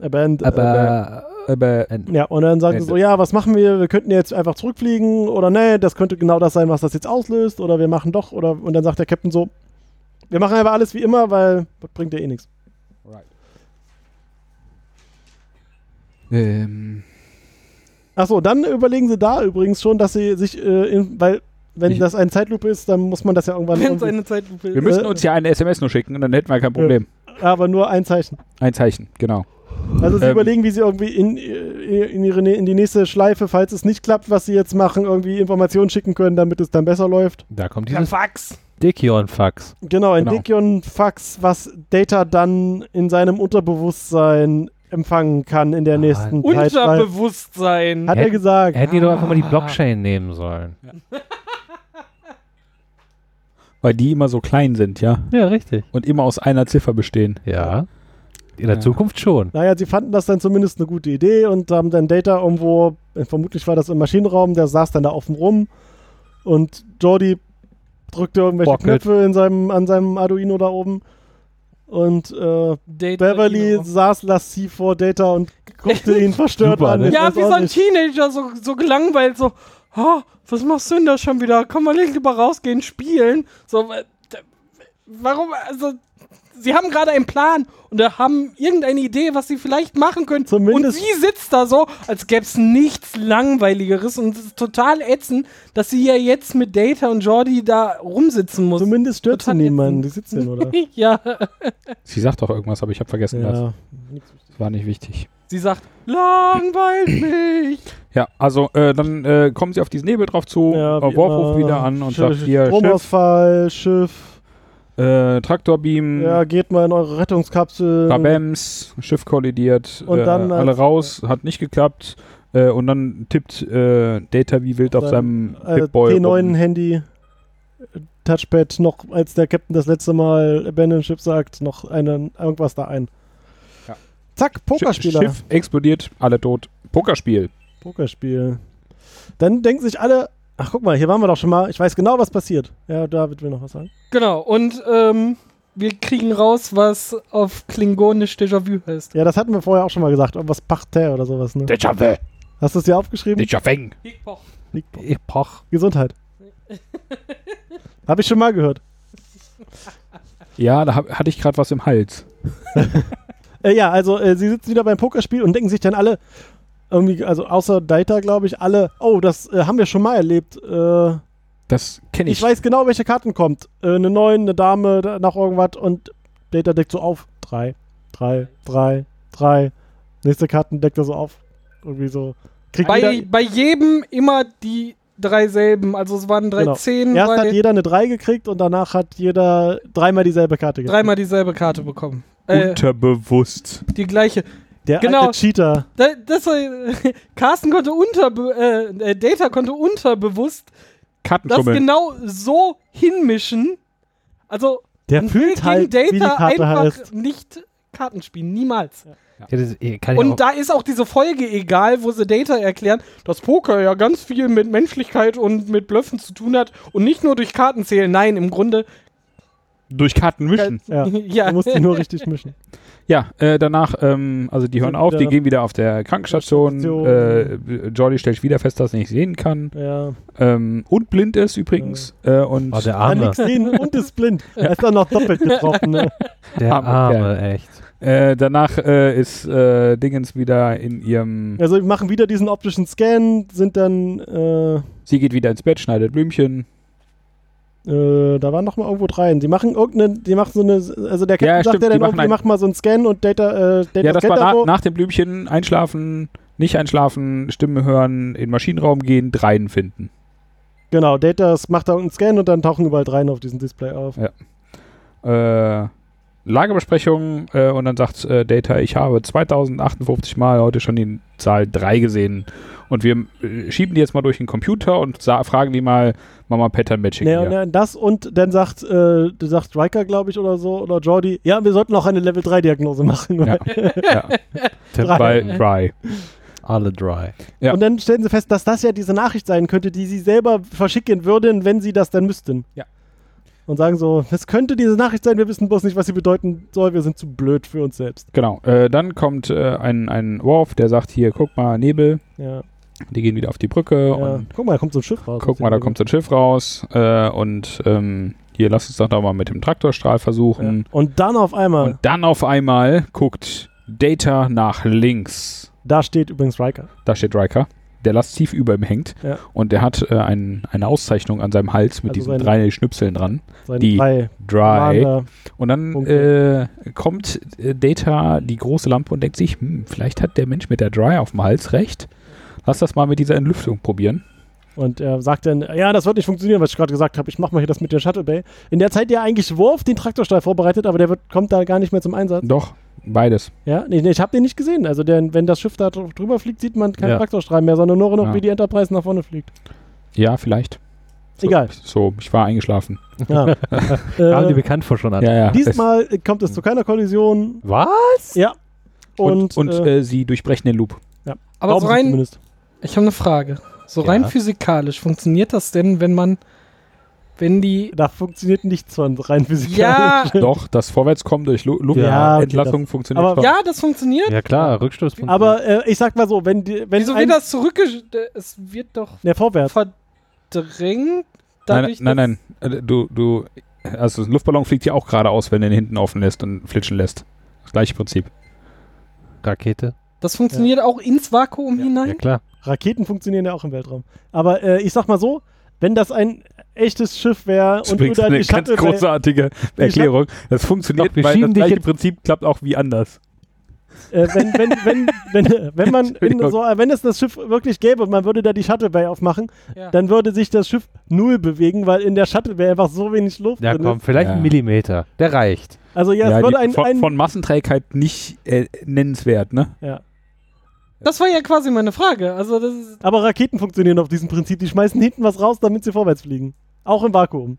Abandon, Aber. aber äh, Ja, und dann sagen sie so, ja, was machen wir? Wir könnten jetzt einfach zurückfliegen oder nee, das könnte genau das sein, was das jetzt auslöst oder wir machen doch oder und dann sagt der Captain so, wir machen aber alles wie immer, weil das bringt ja eh nichts. ähm, Achso, dann überlegen sie da übrigens schon, dass sie sich, äh, in, weil wenn Ich- das ein Zeitloop ist, dann muss man das ja irgendwann, Wenn es irgendwie, eine Zeitlupe wir ist. müssten uns ja eine SMS nur schicken und dann hätten wir kein Problem. aber nur ein Zeichen. Ein Zeichen, genau. Also sie Ähm. überlegen, wie sie irgendwie in, äh, in, ihre, in die nächste Schleife, falls es nicht klappt, was sie jetzt machen, irgendwie Informationen schicken können, damit es dann besser läuft. Da kommt Per dieses Fax. Dickion-Fax. Genau, ein Genau. Dickion-Fax, was Data dann in seinem Unterbewusstsein empfangen kann Ah, in der nächsten Zeit. weil- Unterbewusstsein. Hat er gesagt. Hätten die doch einfach mal die Blockchain nehmen sollen. Weil die immer so klein sind, ja. Ja, richtig. Und immer aus einer Ziffer bestehen. Ja. In der Ja. Zukunft schon. Naja, sie fanden das dann zumindest eine gute Idee und haben dann Data irgendwo, äh, vermutlich war das im Maschinenraum, der saß dann da offen rum und Jordi drückte irgendwelche Bockelt. Knöpfe in seinem, an seinem Arduino da oben und äh, Date Beverly Latino. saß lassiv vor Data und guckte ihn verstört Super, an. ne? Ich Ja, weiß wie auch so ein nicht. Teenager, so, so gelangweilt, so, "Ha, was machst du denn da schon wieder? Komm mal lieber rausgehen, spielen. So, äh, d- warum, also, sie haben gerade einen Plan und da haben irgendeine Idee, was sie vielleicht machen können. Zumindest- und sie sitzt da so, als gäbe es nichts Langweiligeres und es ist total ätzend, dass sie ja jetzt mit Data und Jordi da rumsitzen muss. Zumindest stört sie Total niemanden, die sitzt denn, oder? ja, Sie sagt doch irgendwas, aber ich habe vergessen, was. ja. Das war nicht wichtig. sie sagt, langweilt mich. Ja, also äh, dann äh, kommen sie auf diesen Nebel drauf zu, Ja, auf wie Warproof immer. wieder an und Sch- sagt hier, Schiff, Stromausfall, Schiff. äh, Traktorbeam, Ja, geht mal in eure Rettungskapsel. Rabems, Schiff kollidiert, Und äh, dann als- alle raus, hat nicht geklappt. Äh, und dann tippt äh, Data wie wild auf Sein, seinem äh, Pip-Boy rum. T9-Handy, Touchpad, noch als der Captain das letzte Mal Abandon Ship sagt, noch einen, irgendwas da ein. Ja. Zack, Pokerspieler. Sch- Schiff explodiert, alle tot. Pokerspiel. Pokerspiel. Dann denken sich alle, ach guck mal, hier waren wir doch schon mal, ich weiß genau, was passiert. Ja, David will noch was sagen. Genau, und ähm, wir kriegen raus, was auf Klingonisch Déjà-vu heißt. Ja, das hatten wir vorher auch schon mal gesagt, irgendwas Pachter oder sowas, ne? Déjà vu, Hast du es dir aufgeschrieben? Déjà Feng. Ich poch. Gesundheit. Habe ich schon mal gehört. Ja, da hab, hatte ich gerade was im Hals. Äh, ja, also äh, sie sitzen wieder beim Pokerspiel und denken sich dann alle, irgendwie, also außer Data, glaube ich, alle, oh, das äh, haben wir schon mal erlebt. Äh, Das kenne ich ich. weiß genau, welche Karten kommt. Äh, eine 9, eine Dame, da- noch irgendwas und Data deckt so auf. 3, 3, 3, 3. Nächste Karten deckt er so auf. Irgendwie so. Kriegt Bei, jeder, bei jedem immer die drei selben, also es waren drei Genau. Zehen, erst bei hat den- jeder eine 3 gekriegt und danach hat jeder dreimal dieselbe Karte gekriegt. dreimal dieselbe Karte bekommen. Äh, Unterbewusst. die gleiche. Der genau. alte Cheater. Da- Das, war- Carsten konnte unterbe äh, äh, Data konnte unterbewusst das Kartenkrümmel. genau so hinmischen. Also Der ein fühlt gegen halt, Data wie die Karte einfach heißt. nicht Karten spielen, niemals. Ja, das, eh, kann ich auch- Und da ist auch diese Folge egal, wo sie Data erklären, dass Poker ja ganz viel mit Menschlichkeit und mit Blöffen zu tun hat und nicht nur durch Karten zählen. Nein, im Grunde. Durch Karten mischen. Ja. Ja. Du musst die nur richtig mischen. Ja, äh, danach, ähm, also die hören Sind auf, die wieder- gehen wieder auf der Krankenstation. Station. Äh, Jordi stellt wieder fest, dass er nicht sehen kann. Ja. Ähm, und blind ist übrigens. Äh, und oh, der Kann Arme. nichts sehen und ist blind. Er ist dann noch doppelt getroffen. Ne? Der Arme, Arme, echt. äh, danach äh, ist äh, Dingens wieder in ihrem. Also wir machen wieder diesen optischen Scan, sind dann äh, Sie geht wieder ins Bett, schneidet Blümchen. Äh, da waren noch mal irgendwo dreien. Die machen irgendeine, die machen so eine, also der Captain sagt stimmt, ja die dann machen irgendwie, ein- mach mal so einen Scan und Data, äh, Data Ja, das scannt war da na, so. nach dem Blümchen einschlafen, nicht einschlafen, Stimmen hören, in den Maschinenraum gehen, Dreien finden. Genau, Data macht da irgendeinen Scan und dann tauchen überall dreien auf diesem Display auf. Äh, Lagebesprechung äh, und dann sagt äh, Data, ich habe 2058 Mal heute schon die Zahl 3 gesehen. Und wir äh, schieben die jetzt mal durch den Computer und sa- fragen die mal, Mama Pattern Matching. Nee, hier. und dann das und dann sagt, äh, sagt Riker, glaube ich, oder so, oder Jordi, ja, wir sollten auch eine Level-3-Diagnose machen. Ja. Ja, bei Dry. Alle dry. Ja. Und dann stellen sie fest, dass das ja diese Nachricht sein könnte, die sie selber verschicken würden, wenn sie das dann müssten. Ja. Und sagen so, es könnte diese Nachricht sein, wir wissen bloß nicht, was sie bedeuten soll, wir sind zu blöd für uns selbst. Genau. Äh, dann kommt äh, ein, ein Worf, der sagt hier, guck mal, Nebel. Ja. Die gehen wieder auf die Brücke ja. Also und Guck mal, da kommt so ein Schiff raus. guck mal, da kommt so ein Schiff raus. Äh, und ähm, hier, lass uns doch noch mal mit dem Traktorstrahl ja. versuchen. Und dann auf einmal, Und dann auf einmal guckt Data nach links. da steht übrigens Riker. Da steht Riker, der lastiv über ihm hängt. Ja. Und der hat äh, ein, eine Auszeichnung an seinem Hals mit Also diesen seine- drei Schnipseln dran. Seine Die drei Dry. Commander. Und dann äh, Punkte. kommt äh, Data die große Lampe und denkt sich, hm, vielleicht hat der Mensch mit der Dry auf dem Hals recht. Lass das mal mit dieser Entlüftung probieren. Und er sagt dann, ja, das wird nicht funktionieren, was ich gerade gesagt habe. Ich mache mal hier das mit der Shuttle Bay. In der Zeit, ja eigentlich Wurf den Traktorstall vorbereitet, aber der wird, kommt da gar nicht mehr zum Einsatz. Doch, beides. Ja, nee, nee, ich habe den nicht gesehen. Also der, wenn das Schiff da dr- drüber fliegt, sieht man keinen Ja. Traktorstrahl mehr, sondern nur noch, Ja. wie die Enterprise nach vorne fliegt. Ja, vielleicht. So, Egal. So, ich war eingeschlafen. Ja. Kamen die äh, bekannt vor schon an. ja. diesmal kommt es zu keiner Kollision. Was? Ja. und Und, und äh, äh, sie durchbrechen den Loop. Aber glauben so sie rein, zumindest. ich habe eine Frage. So rein Ja. physikalisch, funktioniert das denn, wenn man, wenn die, Da funktioniert nichts von rein physikalisch. ja, Doch, das Vorwärtskommen durch Lu Luft Ja, okay, Entlassung funktioniert aber- schon. ja, das funktioniert? Ja klar, Rückstoßpunkt. Aber äh, ich sag mal so, wenn die, wenn Wieso ein, wird das zurückgesch... äh, Es wird doch ne, vorwärts. verdrängt. Nein, dadurch, nein, dass- nein. Äh, Du, du, also ein Luftballon fliegt ja auch geradeaus, wenn du ihn hinten offen lässt und flitschen lässt. Das gleiche Prinzip. Rakete. Das funktioniert auch ins Vakuum Ja hinein? klar. Raketen funktionieren ja auch im Weltraum. Aber äh, ich sag mal so, wenn das ein echtes Schiff wäre Das und ist übrigens über eine die ganz Shuttle Bay, großartige Erklärung. Das funktioniert, Doch, wir weil schieben das dich gleiche jetzt- Prinzip klappt auch wie anders. äh, wenn, wenn, wenn, wenn, wenn man in Entschuldigung. so, äh, wenn es das Schiff wirklich gäbe und man würde da die Shuttle Bay aufmachen, Ja. dann würde sich das Schiff null bewegen, weil in der Shuttle Bay einfach so wenig Luft Ja drin komm, ist. vielleicht Ja. ein Millimeter. Der reicht. Also ja, es die- würde ein, von, ein von Massenträgheit nicht äh, nennenswert, ne? ja. Das war ja quasi meine Frage. Also das ist, Aber Raketen funktionieren auf diesem Prinzip. Die schmeißen hinten was raus, damit sie vorwärts fliegen. Auch im Vakuum.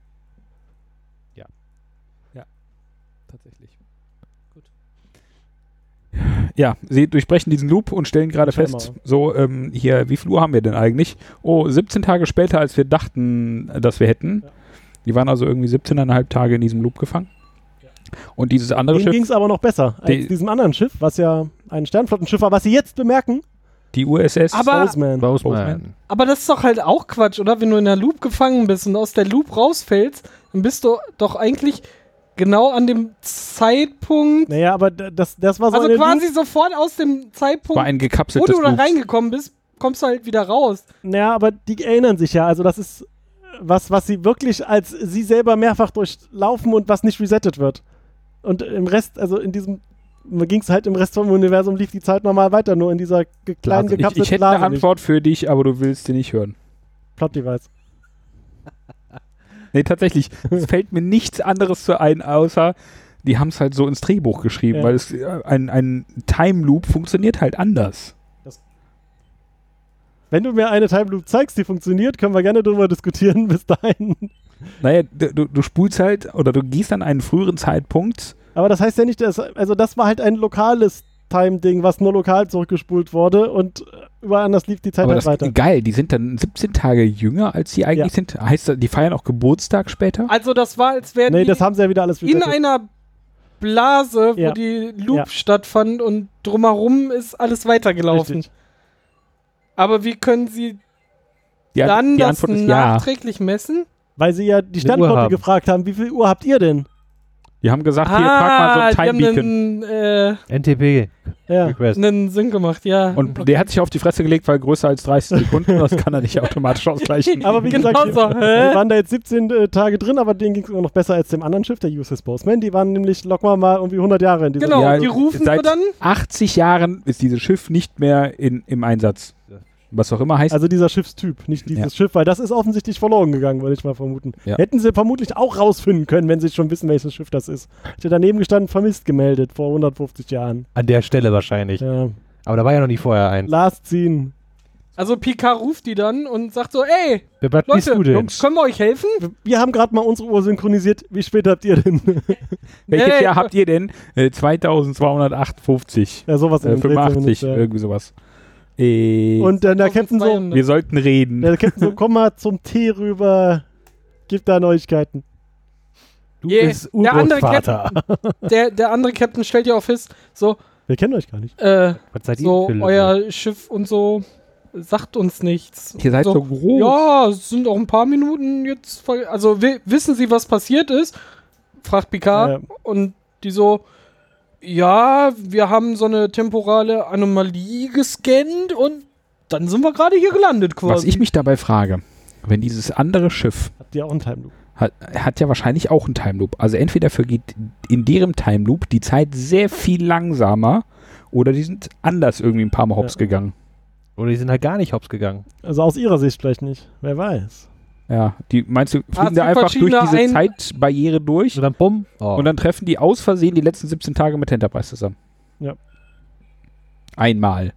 Tatsächlich. Gut. Ja, sie durchbrechen diesen Loop und stellen gerade Ich hör fest, mal. so, ähm, hier, wie viel Uhr haben wir denn eigentlich? Oh, 17 Tage später, als wir dachten, äh, dass wir hätten. Ja. Die waren also irgendwie 17,5 Tage in diesem Loop gefangen. Und dieses andere Denen Also Schiff, ging es aber noch besser als Die- diesem anderen Schiff, was ja ein Sternflottenschiff war, was sie jetzt bemerken. die USS, aber, Bozeman. Boseman. aber das ist doch halt auch Quatsch, oder? Wenn du in der Loop gefangen bist und aus der Loop rausfällst, dann bist du doch eigentlich genau an dem Zeitpunkt, Naja, aber d- das, das war so also eine quasi sofort aus dem war Zeitpunkt, ein wo gekapseltes du da Loop. reingekommen bist, kommst du halt wieder raus. Naja, aber die erinnern sich ja. Also das ist was, was sie wirklich als sie selber mehrfach durchlaufen und was nicht resettet wird. Und im Rest, also in diesem ging es halt im Rest vom Universum, lief die Zeit normal weiter, nur in dieser ge- kleinen Blase. Ich, gekapselten ich hätte Blase eine Antwort für dich, aber du willst die nicht hören. nicht. Plot-Device. Nee, tatsächlich, es fällt mir nichts anderes zu ein, außer die haben es halt so ins Drehbuch geschrieben, Ja. weil es äh, ein, ein Time Loop funktioniert halt anders. Wenn du mir eine Time Loop zeigst, die funktioniert, können wir gerne drüber diskutieren bis dahin. Naja, du, du- du spulst halt oder du gehst an einen früheren Zeitpunkt. Aber das heißt ja nicht, dass, also das war halt ein lokales Time-Ding, was nur lokal zurückgespult wurde und äh, überall anders lief die Zeit aber halt das weiter. ist geil, die sind dann 17 Tage jünger, als sie eigentlich Ja. sind. Heißt das, die feiern auch Geburtstag später? Also das war, als wären Nee, die das haben sie ja wieder alles in resettet. einer Blase, wo Ja. die Loop Ja. stattfand und drumherum ist alles weitergelaufen. Richtig. Aber wie können sie Die, Ant- dann die das Antwort ist ja. nachträglich messen? Weil sie ja die Uhr Standorte haben. gefragt haben, wie viel Uhr habt ihr denn? Die haben gesagt, hier, Ah, pack mal so ein Time Ah, die haben Beacon. einen, äh, NTP Ja. Request. einen Sinn gemacht, ja. Und der hat sich auf die Fresse gelegt, weil größer als 30 Sekunden, das kann er nicht automatisch ausgleichen. Aber wie Genau gesagt, die, so, die hä? waren da jetzt 17 äh, Tage drin, aber denen ging es immer noch besser als dem anderen Schiff, der USS Bozeman. Die waren nämlich, locken wir mal, irgendwie 100 Jahre in dieser Genau. Ja, die rufen seit so dann? 80 Jahren ist dieses Schiff nicht mehr in, im Einsatz. Was auch immer heißt. Also dieser Schiffstyp, nicht dieses Ja. Schiff, weil das ist offensichtlich verloren gegangen, würde ich mal vermuten. Ja. Hätten sie vermutlich auch rausfinden können, wenn sie schon wissen, welches Schiff das ist. Hätte daneben gestanden, vermisst gemeldet vor 150 Jahren. An der Stelle wahrscheinlich. Ja. Aber da war ja noch nie vorher ein. Last Scene. Also PK ruft die dann und sagt so, ey, Wer bleibt Leute, bist du denn? Jungs, können wir euch helfen? Wir haben gerade mal unsere Uhr synchronisiert. Wie spät habt ihr denn? Welches nee. Jahr habt ihr denn? Äh, 2258. ja, sowas in Äh, dem Dreh zumindest, 85, ja. irgendwie sowas. Äh, Und dann der Captain so, wir sollten reden. der Captain so, komm mal zum Tee rüber. Gib da Neuigkeiten. Du Yeah. bist Der andere Urgroßvater. der, der andere Captain stellt ja auch fest, so, Wir kennen euch gar nicht. äh, Was seid ihr so, für Lümmel? euer Schiff und so sagt uns nichts. Ihr seid so, so groß. Ja, es sind auch ein paar Minuten jetzt. ver- Also wi- wissen Sie, was passiert ist? Fragt Picard. Ja. Und die so, ja, wir haben so eine temporale Anomalie gescannt und dann sind wir gerade hier gelandet quasi. Was ich mich dabei frage, wenn dieses andere Schiff Habt ihr auch einen Time Loop? hat, hat ja wahrscheinlich auch einen Time Loop. Also entweder vergeht in deren Time Loop die Zeit sehr viel langsamer oder die sind anders irgendwie ein paar Mal hops Ja. gegangen. Oder die sind halt gar nicht hops gegangen. Also aus ihrer Sicht vielleicht nicht. Wer weiß. Ja, die meinst du, Ah, es fliegen gibt da einfach durch verschiedene diese ein- Zeitbarriere durch Und dann bumm. Oh. und dann treffen die aus Versehen die letzten 17 Tage mit Enterprise zusammen. Ja. Einmal.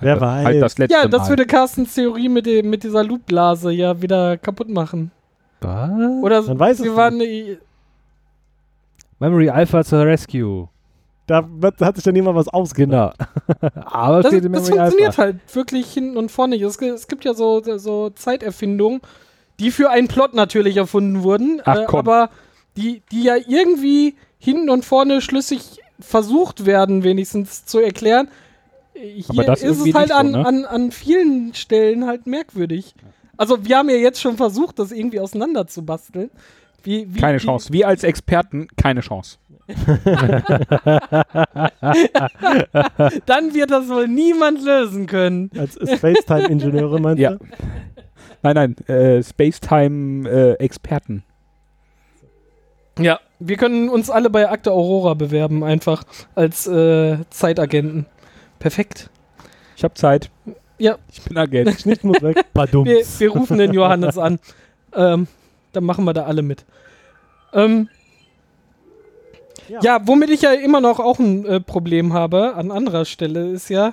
Wer halt, weiß. Halt das letzte ja, das Mal. würde Carstens Theorie mit, dem, mit dieser Loopblase ja wieder kaputt machen. Was? Oder Man weiß es sie waren. äh, Memory Alpha zur Rescue. Da wird- hat sich dann jemand was ausgedacht. Genau. Aber Das, steht in das Memory funktioniert Alpha. halt wirklich hinten und vorne. nicht. Es, gi- es gibt ja so, so Zeiterfindungen, die für einen Plot natürlich erfunden wurden, äh, Ach, komm. aber die, die ja irgendwie hinten und vorne schlüssig versucht werden, wenigstens zu erklären. Äh, Hier Aber das ist es irgendwie halt nicht so, an, ne? an, an vielen Stellen halt merkwürdig. Also wir haben ja jetzt schon versucht, das irgendwie auseinanderzubasteln. Wie, wie, keine wie, Chance. Wir als Experten, keine Chance. Dann wird das wohl niemand lösen können. Als Space-Time-Ingenieure meinst Genau. Ja. du? Nein, nein, äh, Spacetime-Experten. Ja, wir können uns alle bei Akte Aurora bewerben, einfach als äh, Zeitagenten. Perfekt. ich habe Zeit. Ja. Ich bin Agent. Nicht muss weg. Badum. Wir, wir rufen den Johannes an. Ähm, dann machen wir da alle mit. Ähm, Ja. ja. womit ich ja immer noch auch ein äh, Problem habe an anderer Stelle ist ja,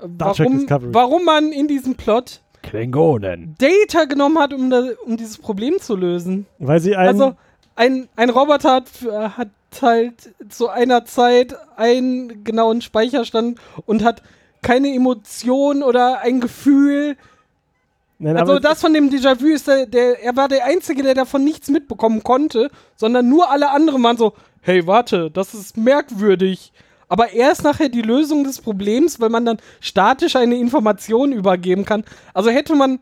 äh, Trek warum, Discovery. warum man in diesem Plot Klingonen. Data genommen hat, um, da, um dieses Problem zu lösen. Weil sie einen. also ein, ein Roboter hat, f- äh, hat halt zu einer Zeit einen genauen Speicherstand und hat keine Emotion oder ein Gefühl. nein, Also aber- das von dem Déjà-vu ist der, der, er war der Einzige, der davon nichts mitbekommen konnte, sondern nur alle anderen waren so, hey, warte, das ist merkwürdig. Aber er ist nachher die Lösung des Problems, weil man dann statisch eine Information übergeben kann. Also hätte man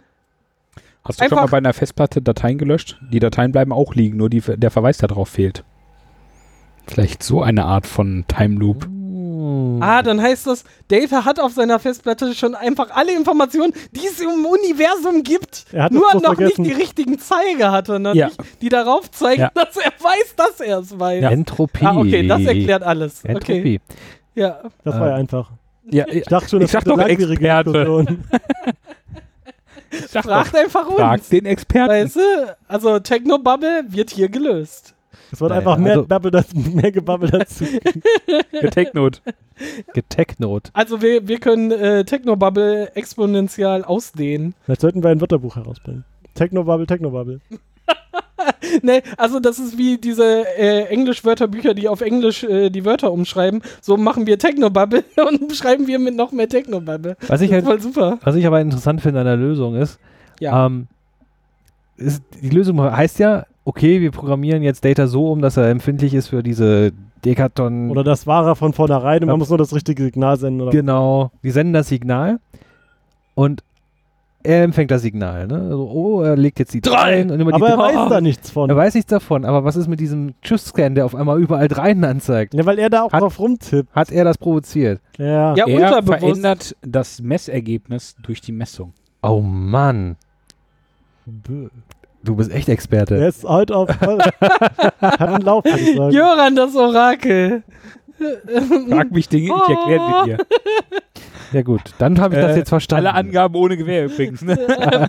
Hast du schon Einfach- mal bei einer Festplatte Dateien gelöscht? Die Dateien bleiben auch liegen, nur die, der Verweis darauf fehlt. Vielleicht so eine Art von Time Loop. Ah, Hm. dann heißt das, Data hat auf seiner Festplatte schon einfach alle Informationen, die es im Universum gibt, Er hat es nur bloß noch vergessen. nicht die richtigen Zeiger hat, sondern Ja. nicht, die darauf zeigen, Ja. dass er weiß, dass er es weiß. Entropie. Ah, okay, das erklärt alles. Okay. Entropie. Ja. das war ja einfach. Ja, ich Ich dachte schon, das Äh. Ich sag wird eine doch langwierige Experte. Diskussion. sag doch, Fragt einfach uns. frag den Experten. Weißt du? Also Technobubble wird hier gelöst. Es wird Naja, einfach mehr, also- Babbel dazu, mehr gebabbel dazu. Der Technot. Getechnot. Also wir, wir können äh, Technobubble exponentiell ausdehnen. Vielleicht sollten wir ein Wörterbuch herausbringen. Technobubble, Technobubble. Nee, also das ist wie diese äh, Englisch-Wörterbücher, die auf Englisch äh, die Wörter umschreiben. So machen wir Technobubble und umschreiben wir mit noch mehr Technobubble. Was ich, Das halt, ist voll super. was ich aber interessant finde an der Lösung ist, Ja. ähm, ist, die Lösung heißt ja, okay, wir programmieren jetzt Data so um, dass er empfindlich ist für diese Mhm. Dekaton. Oder das war er von vornherein Ja. und Genau, man muss nur das richtige Signal senden. Oder genau. Die senden das Signal und er empfängt das Signal. Ne? Also, oh, er legt jetzt die drei. Und immer die Aber er drei. weiß da nichts von. Er weiß nichts davon, aber was ist mit diesem Tschüss-Scan, der auf einmal überall dreien anzeigt? Ja, weil er da auch Hat- drauf rumtippt. Hat er das provoziert? Ja. Ja, Er unterbewusst. verändert das Messergebnis durch die Messung. Oh Mann, Bö. du bist echt Experte. Er ist heute auf. hat einen Lauf, würde ich sagen. Jöran, das Orakel. Frag mich Dinge, ich erkläre dir. Ja gut, dann habe ich das Äh, jetzt verstanden. Alle Angaben ohne Gewehr übrigens. Ne?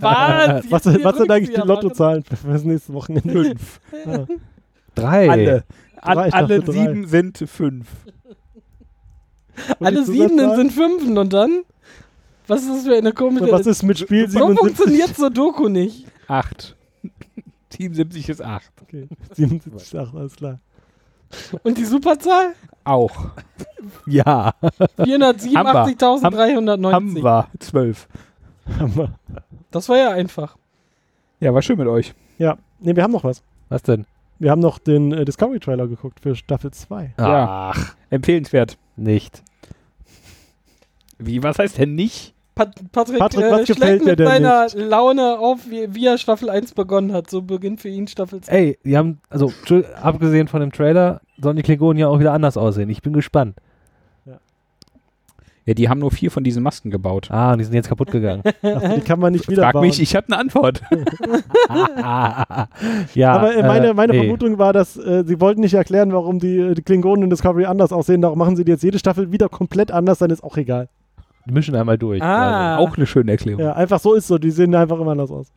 Was? Was, Jetzt was drückt sind eigentlich sie die aber. Lottozahlen für das nächste Wochenende? Fünf. Drei. Alle. An, Drei, ich dachte alle drei. sieben sind fünf. Alle Siebenen sind Fünften und dann? Was ist das für eine komische... Was ist mit Spiel so 77? funktioniert Sudoku nicht. Acht. Team 70 ist acht. Okay. 77, ach, alles klar. Und die Superzahl? Auch. Ja. 487.390. Haben wir zwölf. Hammer. Das war ja einfach. Ja, war schön mit euch. Ja, nee, wir haben noch was. Was denn? Wir haben noch den äh, Discovery-Trailer geguckt für Staffel 2. Ja. Ach, Empfehlenswert. Ah, nicht. Wie, was heißt denn nicht? Pat Patrick, Patrick, äh, was schlägt gefällt dir mit denn seiner Laune auf, wie, wie er Staffel 1 begonnen hat. So beginnt für ihn Staffel 2. Ey, die haben, also tschu- abgesehen von dem Trailer, sollen die Klingonen ja auch wieder anders aussehen. Ich bin gespannt. Ja, die haben nur vier von diesen Masken gebaut. Ah, und die sind jetzt kaputt gegangen. Ach, die kann man nicht Frag wiederbauen. mich, ich habe eine Antwort. Ah, ja, Aber äh, äh, meine, meine nee. Vermutung war, dass äh, sie wollten nicht erklären, warum die, äh, die Klingonen in Discovery anders aussehen. Darum machen sie die jetzt jede Staffel wieder komplett anders, dann ist auch egal. Die mischen einmal durch. Ah. Auch eine schöne Erklärung. Ja, einfach so ist so. Die sehen einfach immer anders aus. quasi.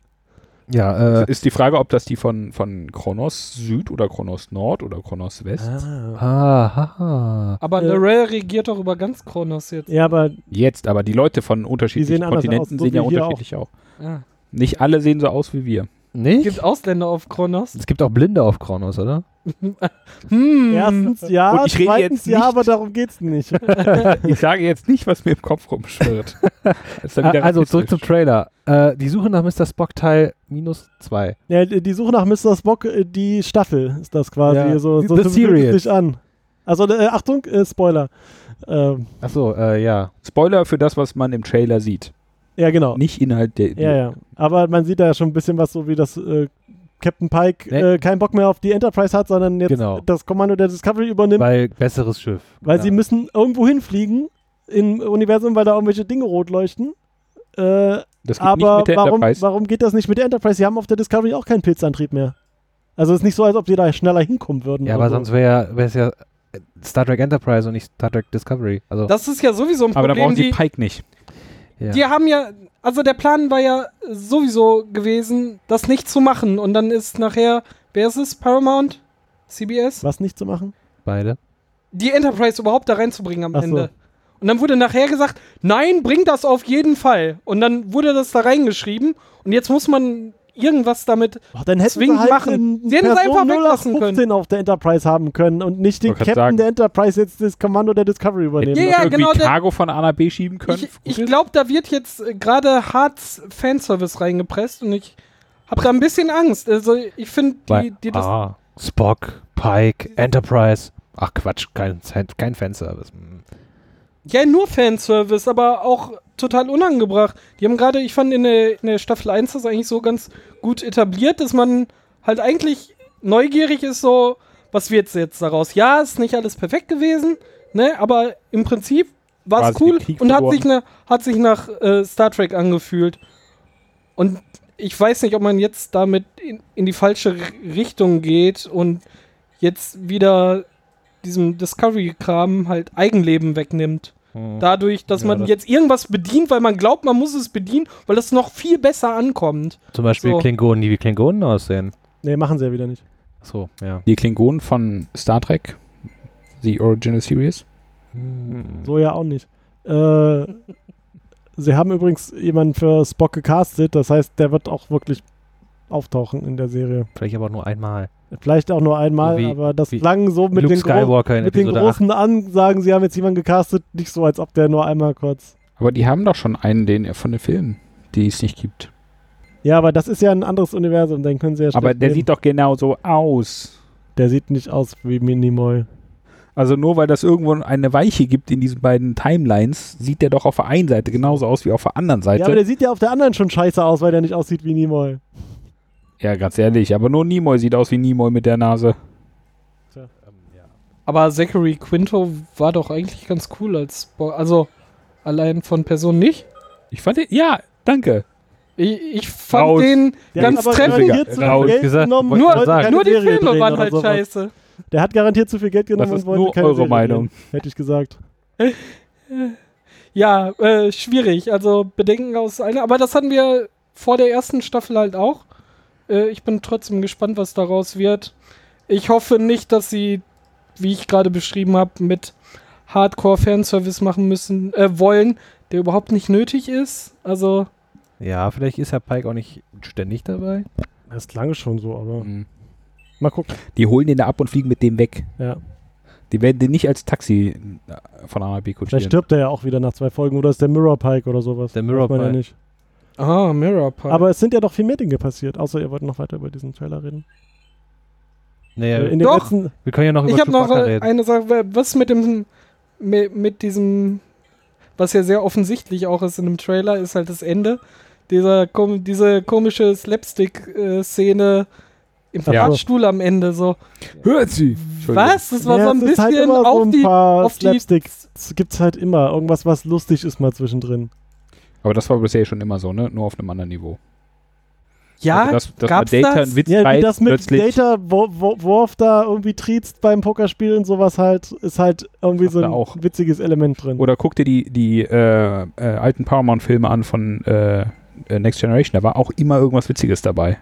Ja, äh, Ist die Frage, ob das die von, von Kronos Süd oder Kronos Nord oder Kronos West? Ah. Ah. aha. Aber Äh. Lorel regiert doch über ganz Kronos jetzt. Ja, aber Jetzt, aber die Leute von unterschiedlichen sehen anders Kontinenten aus, so sehen ja wie wir unterschiedlich auch. Ah. Nicht alle sehen so aus wie wir. Es Nicht? gibt Ausländer auf Kronos. es gibt auch Blinde auf Kronos, oder? Hm. erstens ja, Und ich rede zweitens jetzt nicht- ja, aber darum geht's nicht. Ich sage jetzt nicht, was mir im Kopf rumschwirrt. Ist dann Ah, wieder also zurück zum rassistisch. Trailer. Äh, die Suche nach Mr. Spock Teil minus zwei. ja, die Suche nach Mr. Spock, äh, die Staffel ist das quasi. Ja, So, die- so the fühlt es series. sich an. Also äh, Achtung, äh, Spoiler. Ähm, Achso, äh, ja. Spoiler für das, was man im Trailer sieht. ja, genau. Nicht Inhalt der. Ja, ja. Aber man sieht da ja schon ein bisschen was, so wie das äh, Captain Pike Nee. äh, keinen Bock mehr auf die Enterprise hat, sondern jetzt Genau. das Kommando der Discovery übernimmt, weil, Weil besseres Schiff. ja. sie müssen irgendwo hinfliegen im Universum, weil da irgendwelche Dinge rot leuchten. Äh, Das geht nicht aber mit der warum, Enterprise. warum geht das nicht mit der Enterprise? Sie haben auf der Discovery auch keinen Pilzantrieb mehr. Also es ist nicht so, als ob die da schneller hinkommen würden. Ja, oder aber so. sonst wäre es ja äh, Star Trek Enterprise und nicht Star Trek Discovery. Also, Das ist ja sowieso ein aber da Problem. brauchen sie Die, Pike nicht. ja. die haben ja, also der Plan war ja sowieso gewesen, das nicht zu machen. Und dann ist nachher, wer ist es? Paramount? CBS? Was nicht zu machen? beide. Die Enterprise überhaupt da reinzubringen am Ach so. Ende. Und dann wurde nachher gesagt, nein, bring das auf jeden Fall. Und dann wurde das da reingeschrieben. Und jetzt muss man irgendwas damit. Oh, dann hätten Zwingend sie halt machen. einen Sie hätten es Person einfach weglassen 0815 können. auf der Enterprise haben können und nicht den Wollte grad Captain sagen. der Enterprise jetzt das Kommando der Discovery übernehmen. Ja, lassen. ja, irgendwie genau, der- Cargo von A nach B schieben können. Ich, ich glaube, da wird jetzt äh, gerade Harz Fanservice reingepresst. Und ich habe da ein bisschen Angst. Also ich finde, die, Weil- die das ah, Spock, Pike, Enterprise. Ach Quatsch, kein, Fan- kein Fanservice. Hm. Ja, nur Fanservice, aber auch total unangebracht. Die haben gerade, ich fand in der, in der Staffel 1 das eigentlich so ganz gut etabliert, dass man halt eigentlich neugierig ist, so, was wird's jetzt daraus? Ja, ist nicht alles perfekt gewesen, ne, aber im Prinzip war's Quasi cool den Krieg und hat verloren. sich, ne, hat sich nach äh, Star Trek angefühlt. Und ich weiß nicht, ob man jetzt damit in, in die falsche R- Richtung geht und jetzt wieder diesem Discovery-Kram halt Eigenleben wegnimmt. Dadurch, dass Ja, man das- jetzt irgendwas bedient, weil man glaubt, man muss es bedienen, weil das noch viel besser ankommt. Zum Beispiel so. Klingonen, die wie Klingonen aussehen. Nee, machen sie ja wieder nicht. Achso, ja. Die Klingonen von Star Trek, The Original Series. So ja auch nicht. Äh, sie haben übrigens jemanden für Spock gecastet, das heißt, der wird auch wirklich auftauchen in der Serie. Vielleicht aber auch nur einmal. Vielleicht auch nur einmal, Wie- aber das wie klang so mit Luke den, gro Skywalker in mit den Episode 8. großen Ansagen, sie haben jetzt jemanden gecastet, nicht so, als ob der nur einmal kurz. Aber die haben doch schon einen den von den Filmen, die es nicht gibt. Ja, aber das ist ja ein anderes Universum, dann können sie ja Aber schlecht der nehmen. sieht doch genau so aus. der sieht nicht aus wie Minimoy. Also nur weil das irgendwo eine Weiche gibt in diesen beiden Timelines, sieht der doch auf der einen Seite genauso aus wie auf der anderen Ja, aber Seite. der sieht ja auf der anderen schon scheiße aus, weil der nicht aussieht wie Nimoy. Ja, ganz ehrlich, aber nur Nimoy sieht aus wie Nimoy mit der Nase. Aber Zachary Quinto war doch eigentlich ganz cool als Bo Also allein von Person nicht. Ich fand den, ja, danke. Ich, ich fand Raus. den Der ganz hat aber treffend. garantiert zu Raus. viel Geld Gesagt, genommen. wollte und Nur, wollte keine nur die Serie Filme drehen waren oder halt sowas. scheiße. Der hat garantiert zu viel Geld genommen Das ist und wollte nur keine eure Serie Meinung. drehen, hätte ich gesagt. Ja, äh, schwierig. Also Bedenken aus einer. Aber das hatten wir vor der ersten Staffel halt auch. Äh, ich bin trotzdem gespannt, was daraus wird. Ich hoffe nicht, dass sie, wie ich gerade beschrieben habe, mit Hardcore-Fanservice machen müssen, äh, wollen, der überhaupt nicht nötig ist. Also, Ja, vielleicht ist Herr Pike auch nicht ständig dabei. Das klang schon so, aber Mhm. mal gucken. Die holen den da ab und fliegen mit dem weg. Ja. Die werden den nicht als Taxi äh, von A nach B Vielleicht kutschieren. stirbt er ja auch wieder nach zwei Folgen oder ist der Mirror Pike oder sowas. Der Mirror Weiß man ja Pike. nicht. ah, Mirror Park. Aber es sind ja noch viel mehr Dinge passiert, außer ihr wollt noch weiter über diesen Trailer reden. Naja, Äh, in den Doch. letzten wir können ja noch über ich habe noch Chewbacca äh, reden. eine Sache, wa- was mit dem mi- mit diesem was ja sehr offensichtlich auch ist in dem Trailer ist halt das Ende dieser kom diese komische Slapstick äh, Szene im Ja. Fahrstuhl am Ende so Hört sie! was das war Ja, so ein es ist bisschen halt immer auf so ein die paar auf die- Slapsticks. Es gibt's halt immer irgendwas, was lustig ist mal zwischendrin. Aber das war bisher schon immer so, ne? Nur auf einem anderen Niveau. ja also das, das gab's Data das? einen Witz Ja, wie reizt, das mit plötzlich. Data Wo- Wo- Worf da irgendwie triezt beim Pokerspielen, sowas halt, ist halt irgendwie Ach, so da ein auch. witziges Element drin. Oder guck dir die, die äh, äh, alten Paramount-Filme an von äh, äh, Next Generation. Da war auch immer irgendwas Witziges dabei.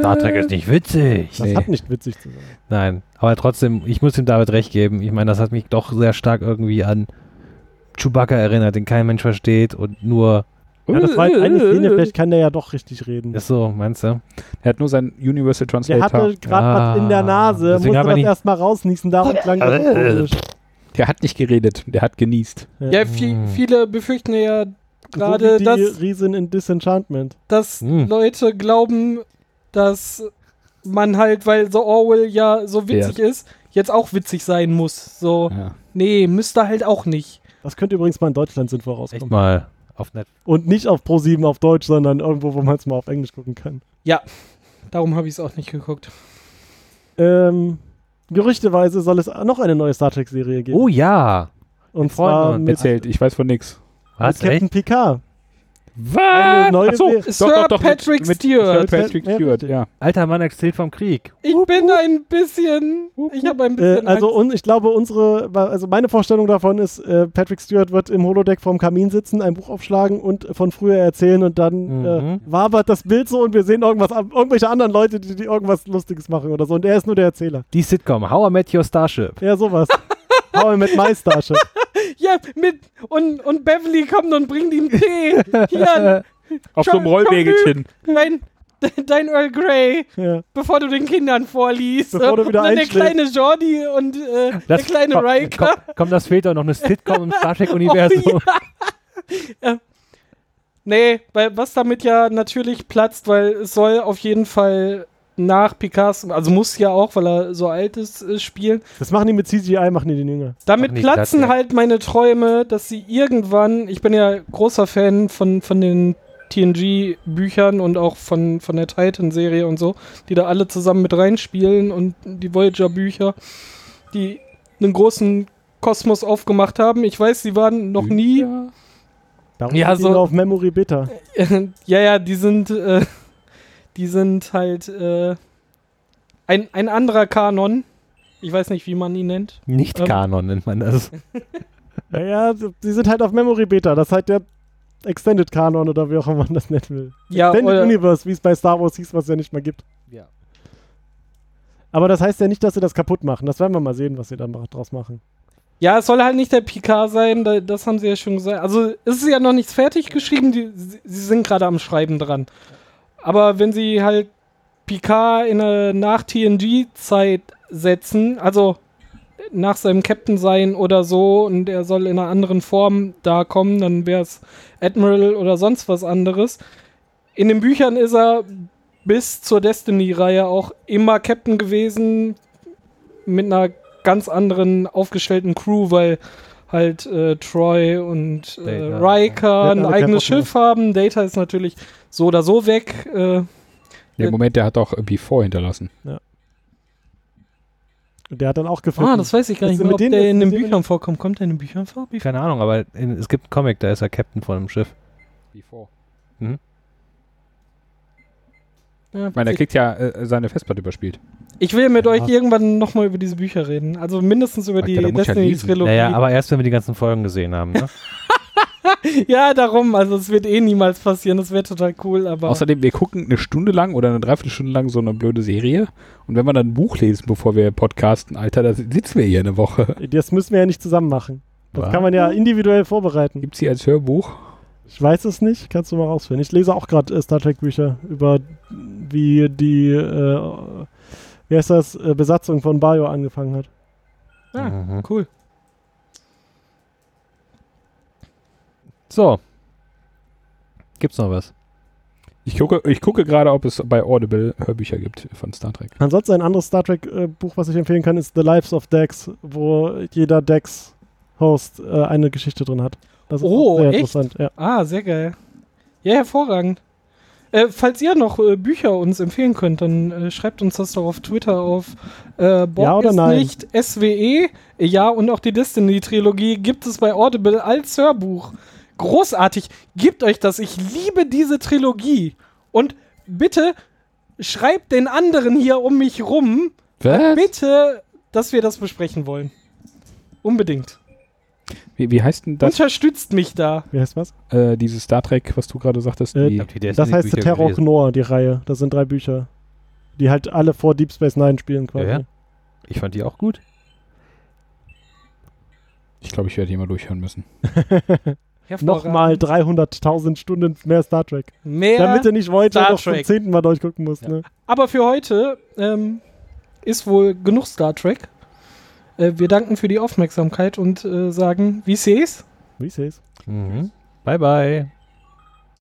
Star Trek ist nicht witzig. das hat nicht witzig zu Äh, sein. Nein, aber trotzdem, ich muss ihm David recht geben. Ich meine, das hat mich doch sehr stark irgendwie an Chewbacca erinnert, den kein Mensch versteht und nur Ja, das war halt äh, eine Szene, vielleicht kann der ja doch richtig reden. ist so, meinst du? Er hat nur seinen Universal Der Translator. hatte gerade Ah, was in der Nase, deswegen musste hat er das nicht- erstmal rausnießen, darum klang das so komisch. der hat nicht geredet, der hat genießt. ja vi- viele befürchten ja so gerade wie die dass Riesen in Disenchantment. dass Hm. Leute glauben, dass man halt, weil so Orwell ja so witzig ist, jetzt auch witzig sein muss. Oh. So, Ja. nee, müsste halt auch nicht. Das könnte übrigens mal in Deutschland sind Oh. Echt vorauskommen. mal auf Netflix. Und nicht auf Pro7 auf Deutsch, sondern irgendwo, wo man es mal auf Englisch gucken kann. Darum habe ich es auch nicht geguckt. Ähm, gerüchteweise soll es noch eine neue Star Trek-Serie geben. Oh ja. freuen wir Und zwar uns. mit, mit Erzählt, ich weiß von nix. Was? Captain Echt? Picard. Was? neue Ach so, Serie. Sir Patrick mit, mit Stewart. Sir Patrick Ja, Stewart, richtig. ja. Alter Mann erzählt vom Krieg. Ich bin ein bisschen. Ich habe ein Äh, bisschen. also Angst. und ich glaube, unsere, also meine Vorstellung davon ist, äh, Patrick Stewart wird im Holodeck vorm Kamin sitzen, ein Buch aufschlagen und von früher erzählen und dann Mhm. äh, wabert das Bild so und wir sehen irgendwas, irgendwelche anderen Leute, die, die irgendwas Lustiges machen oder so und er ist nur der Erzähler. Die Sitcom How I Met Your Starship. Ja, sowas. How I Met My Starship. ja, mit. Und, und Beverly kommt und bringt ihm Tee. Hier, Auf so einem Schon- schon Rollwägelchen. dein, dein Earl Grey, Ja. bevor du den Kindern vorliest. Bevor du wieder und dann der einschläfst. kleine Jordi und äh, der Das- kleine komm, Riker. Komm, komm, das fehlt doch noch eine Sitcom im Star Trek Universum. Oh, Nee, weil was damit ja natürlich platzt, weil es soll auf jeden Fall nach Picasso, also muss ja auch, weil er so alt ist, äh, spielen. Das machen die mit CGI, machen die den Jünger. Damit Ach, nicht platzen platzen, ja. halt meine Träume, dass sie irgendwann, ich bin ja großer Fan von, von den TNG-Büchern und auch von, von der Titan-Serie und so, die da alle zusammen mit reinspielen und die Voyager-Bücher, die einen großen Kosmos aufgemacht haben. Ich weiß, sie waren noch nie Darum Ja, sind Also die so- nur auf Memory Beta. ja, ja, die sind, äh, die sind halt äh, ein, ein anderer Kanon. Ich weiß nicht, wie man ihn nennt. Nicht Ähm. Kanon nennt man das. Naja, die sind halt auf Memory Beta. Das ist halt der Extended Kanon oder wie auch immer man das nennen will. Ja, Extended oder, Universe, wie es bei Star Wars hieß, was es ja nicht mehr gibt. Ja. Aber das heißt ja nicht, dass sie das kaputt machen. Das werden wir mal sehen, was sie dann draus machen. ja, es soll halt nicht der Picard sein, da, das haben sie ja schon gesagt. Also es ist ja noch nichts fertig geschrieben, die, sie, sie sind gerade am Schreiben dran. Aber wenn sie halt Picard in eine Nach-TNG-Zeit setzen, also nach seinem Captain sein oder so und er soll in einer anderen Form da kommen, dann wäre es Admiral oder sonst was anderes. In den Büchern ist er bis zur Destiny-Reihe auch immer Captain gewesen mit einer ganz anderen aufgestellten Crew, weil halt äh, Troy und äh, Data. Riker Wir hatten ein alle eigenes Captain. Schiff haben. Data ist natürlich so oder so weg. Äh, Im Moment, der hat auch Before hinterlassen. Und der hat dann auch gefunden. ah, das weiß ich gar Ist nicht er mehr, mit ob denen- der ist in den mit denen- Büchern vorkommt. Kommt der in den Büchern vor? Before? Keine Ahnung, aber in, es gibt einen Comic, da ist er Captain von einem Schiff. Before. Ja, Ich meine, er ich- kriegt ja äh, seine Festplatte überspielt. Ich will mit Ja. euch irgendwann nochmal über diese Bücher reden. Also mindestens über Ach die ja, da muss ich ja lesen. Destiny-Trilogie. Naja, aber erst wenn wir die ganzen Folgen gesehen haben. Ne? ja, darum. Also es wird eh niemals passieren. Das wäre total cool, aber Außerdem, wir gucken eine Stunde lang oder eine Dreiviertelstunde lang so eine blöde Serie. Und wenn wir dann ein Buch lesen, bevor wir podcasten, Alter, da sitzen wir hier eine Woche. Das müssen wir ja nicht zusammen machen. Das Was? kann man ja individuell vorbereiten. Gibt es hier als Hörbuch? Ich weiß es nicht, kannst du mal rausfinden. Ich lese auch gerade äh, Star Trek Bücher über wie die äh, wie heißt das äh, Besatzung von Bayo angefangen hat. Ja, Mhm. cool. So. Gibt's noch was? Ich gucke, ich gucke gerade, ob es bei Audible Hörbücher gibt von Star Trek. Ansonsten ein anderes Star Trek äh, Buch, was ich empfehlen kann, ist The Lives of Dex, wo jeder Dex Host äh, eine Geschichte drin hat. Das ist Oh, auch sehr echt? interessant. Ja. Ah, sehr geil. Ja, hervorragend. Äh, falls ihr noch äh, Bücher uns empfehlen könnt, dann äh, schreibt uns das doch auf Twitter auf äh, Borg Ja oder ist nein? nicht SWE. Ja, und auch die Destiny-Trilogie gibt es bei Audible als Hörbuch. Großartig. Gebt euch das. Ich liebe diese Trilogie. Und bitte schreibt den anderen hier um mich rum, Was? bitte, dass wir das besprechen wollen. Unbedingt. Wie, wie heißt denn das, Unterstützt mich da. Wie heißt was? äh, dieses Star Trek, was du gerade sagtest? Äh, Die- Das heißt The Terror Noir, die Reihe. Das sind drei Bücher, die halt alle vor Deep Space Nine spielen quasi. Ja, ja. Ich fand die auch gut. ich glaube, ich werde hier mal durchhören müssen. Hervorragend. Nochmal 300.000 Stunden mehr Star Trek. Mehr. Damit ihr nicht Voyager Star noch zum Trek. zehnten Mal durchgucken musst. Ne? Aber für heute ähm, ist wohl genug Star Trek. Äh, wir danken für die Aufmerksamkeit und äh, sagen, wie seh's? Wie ich seh's. Mhm. Bye, bye.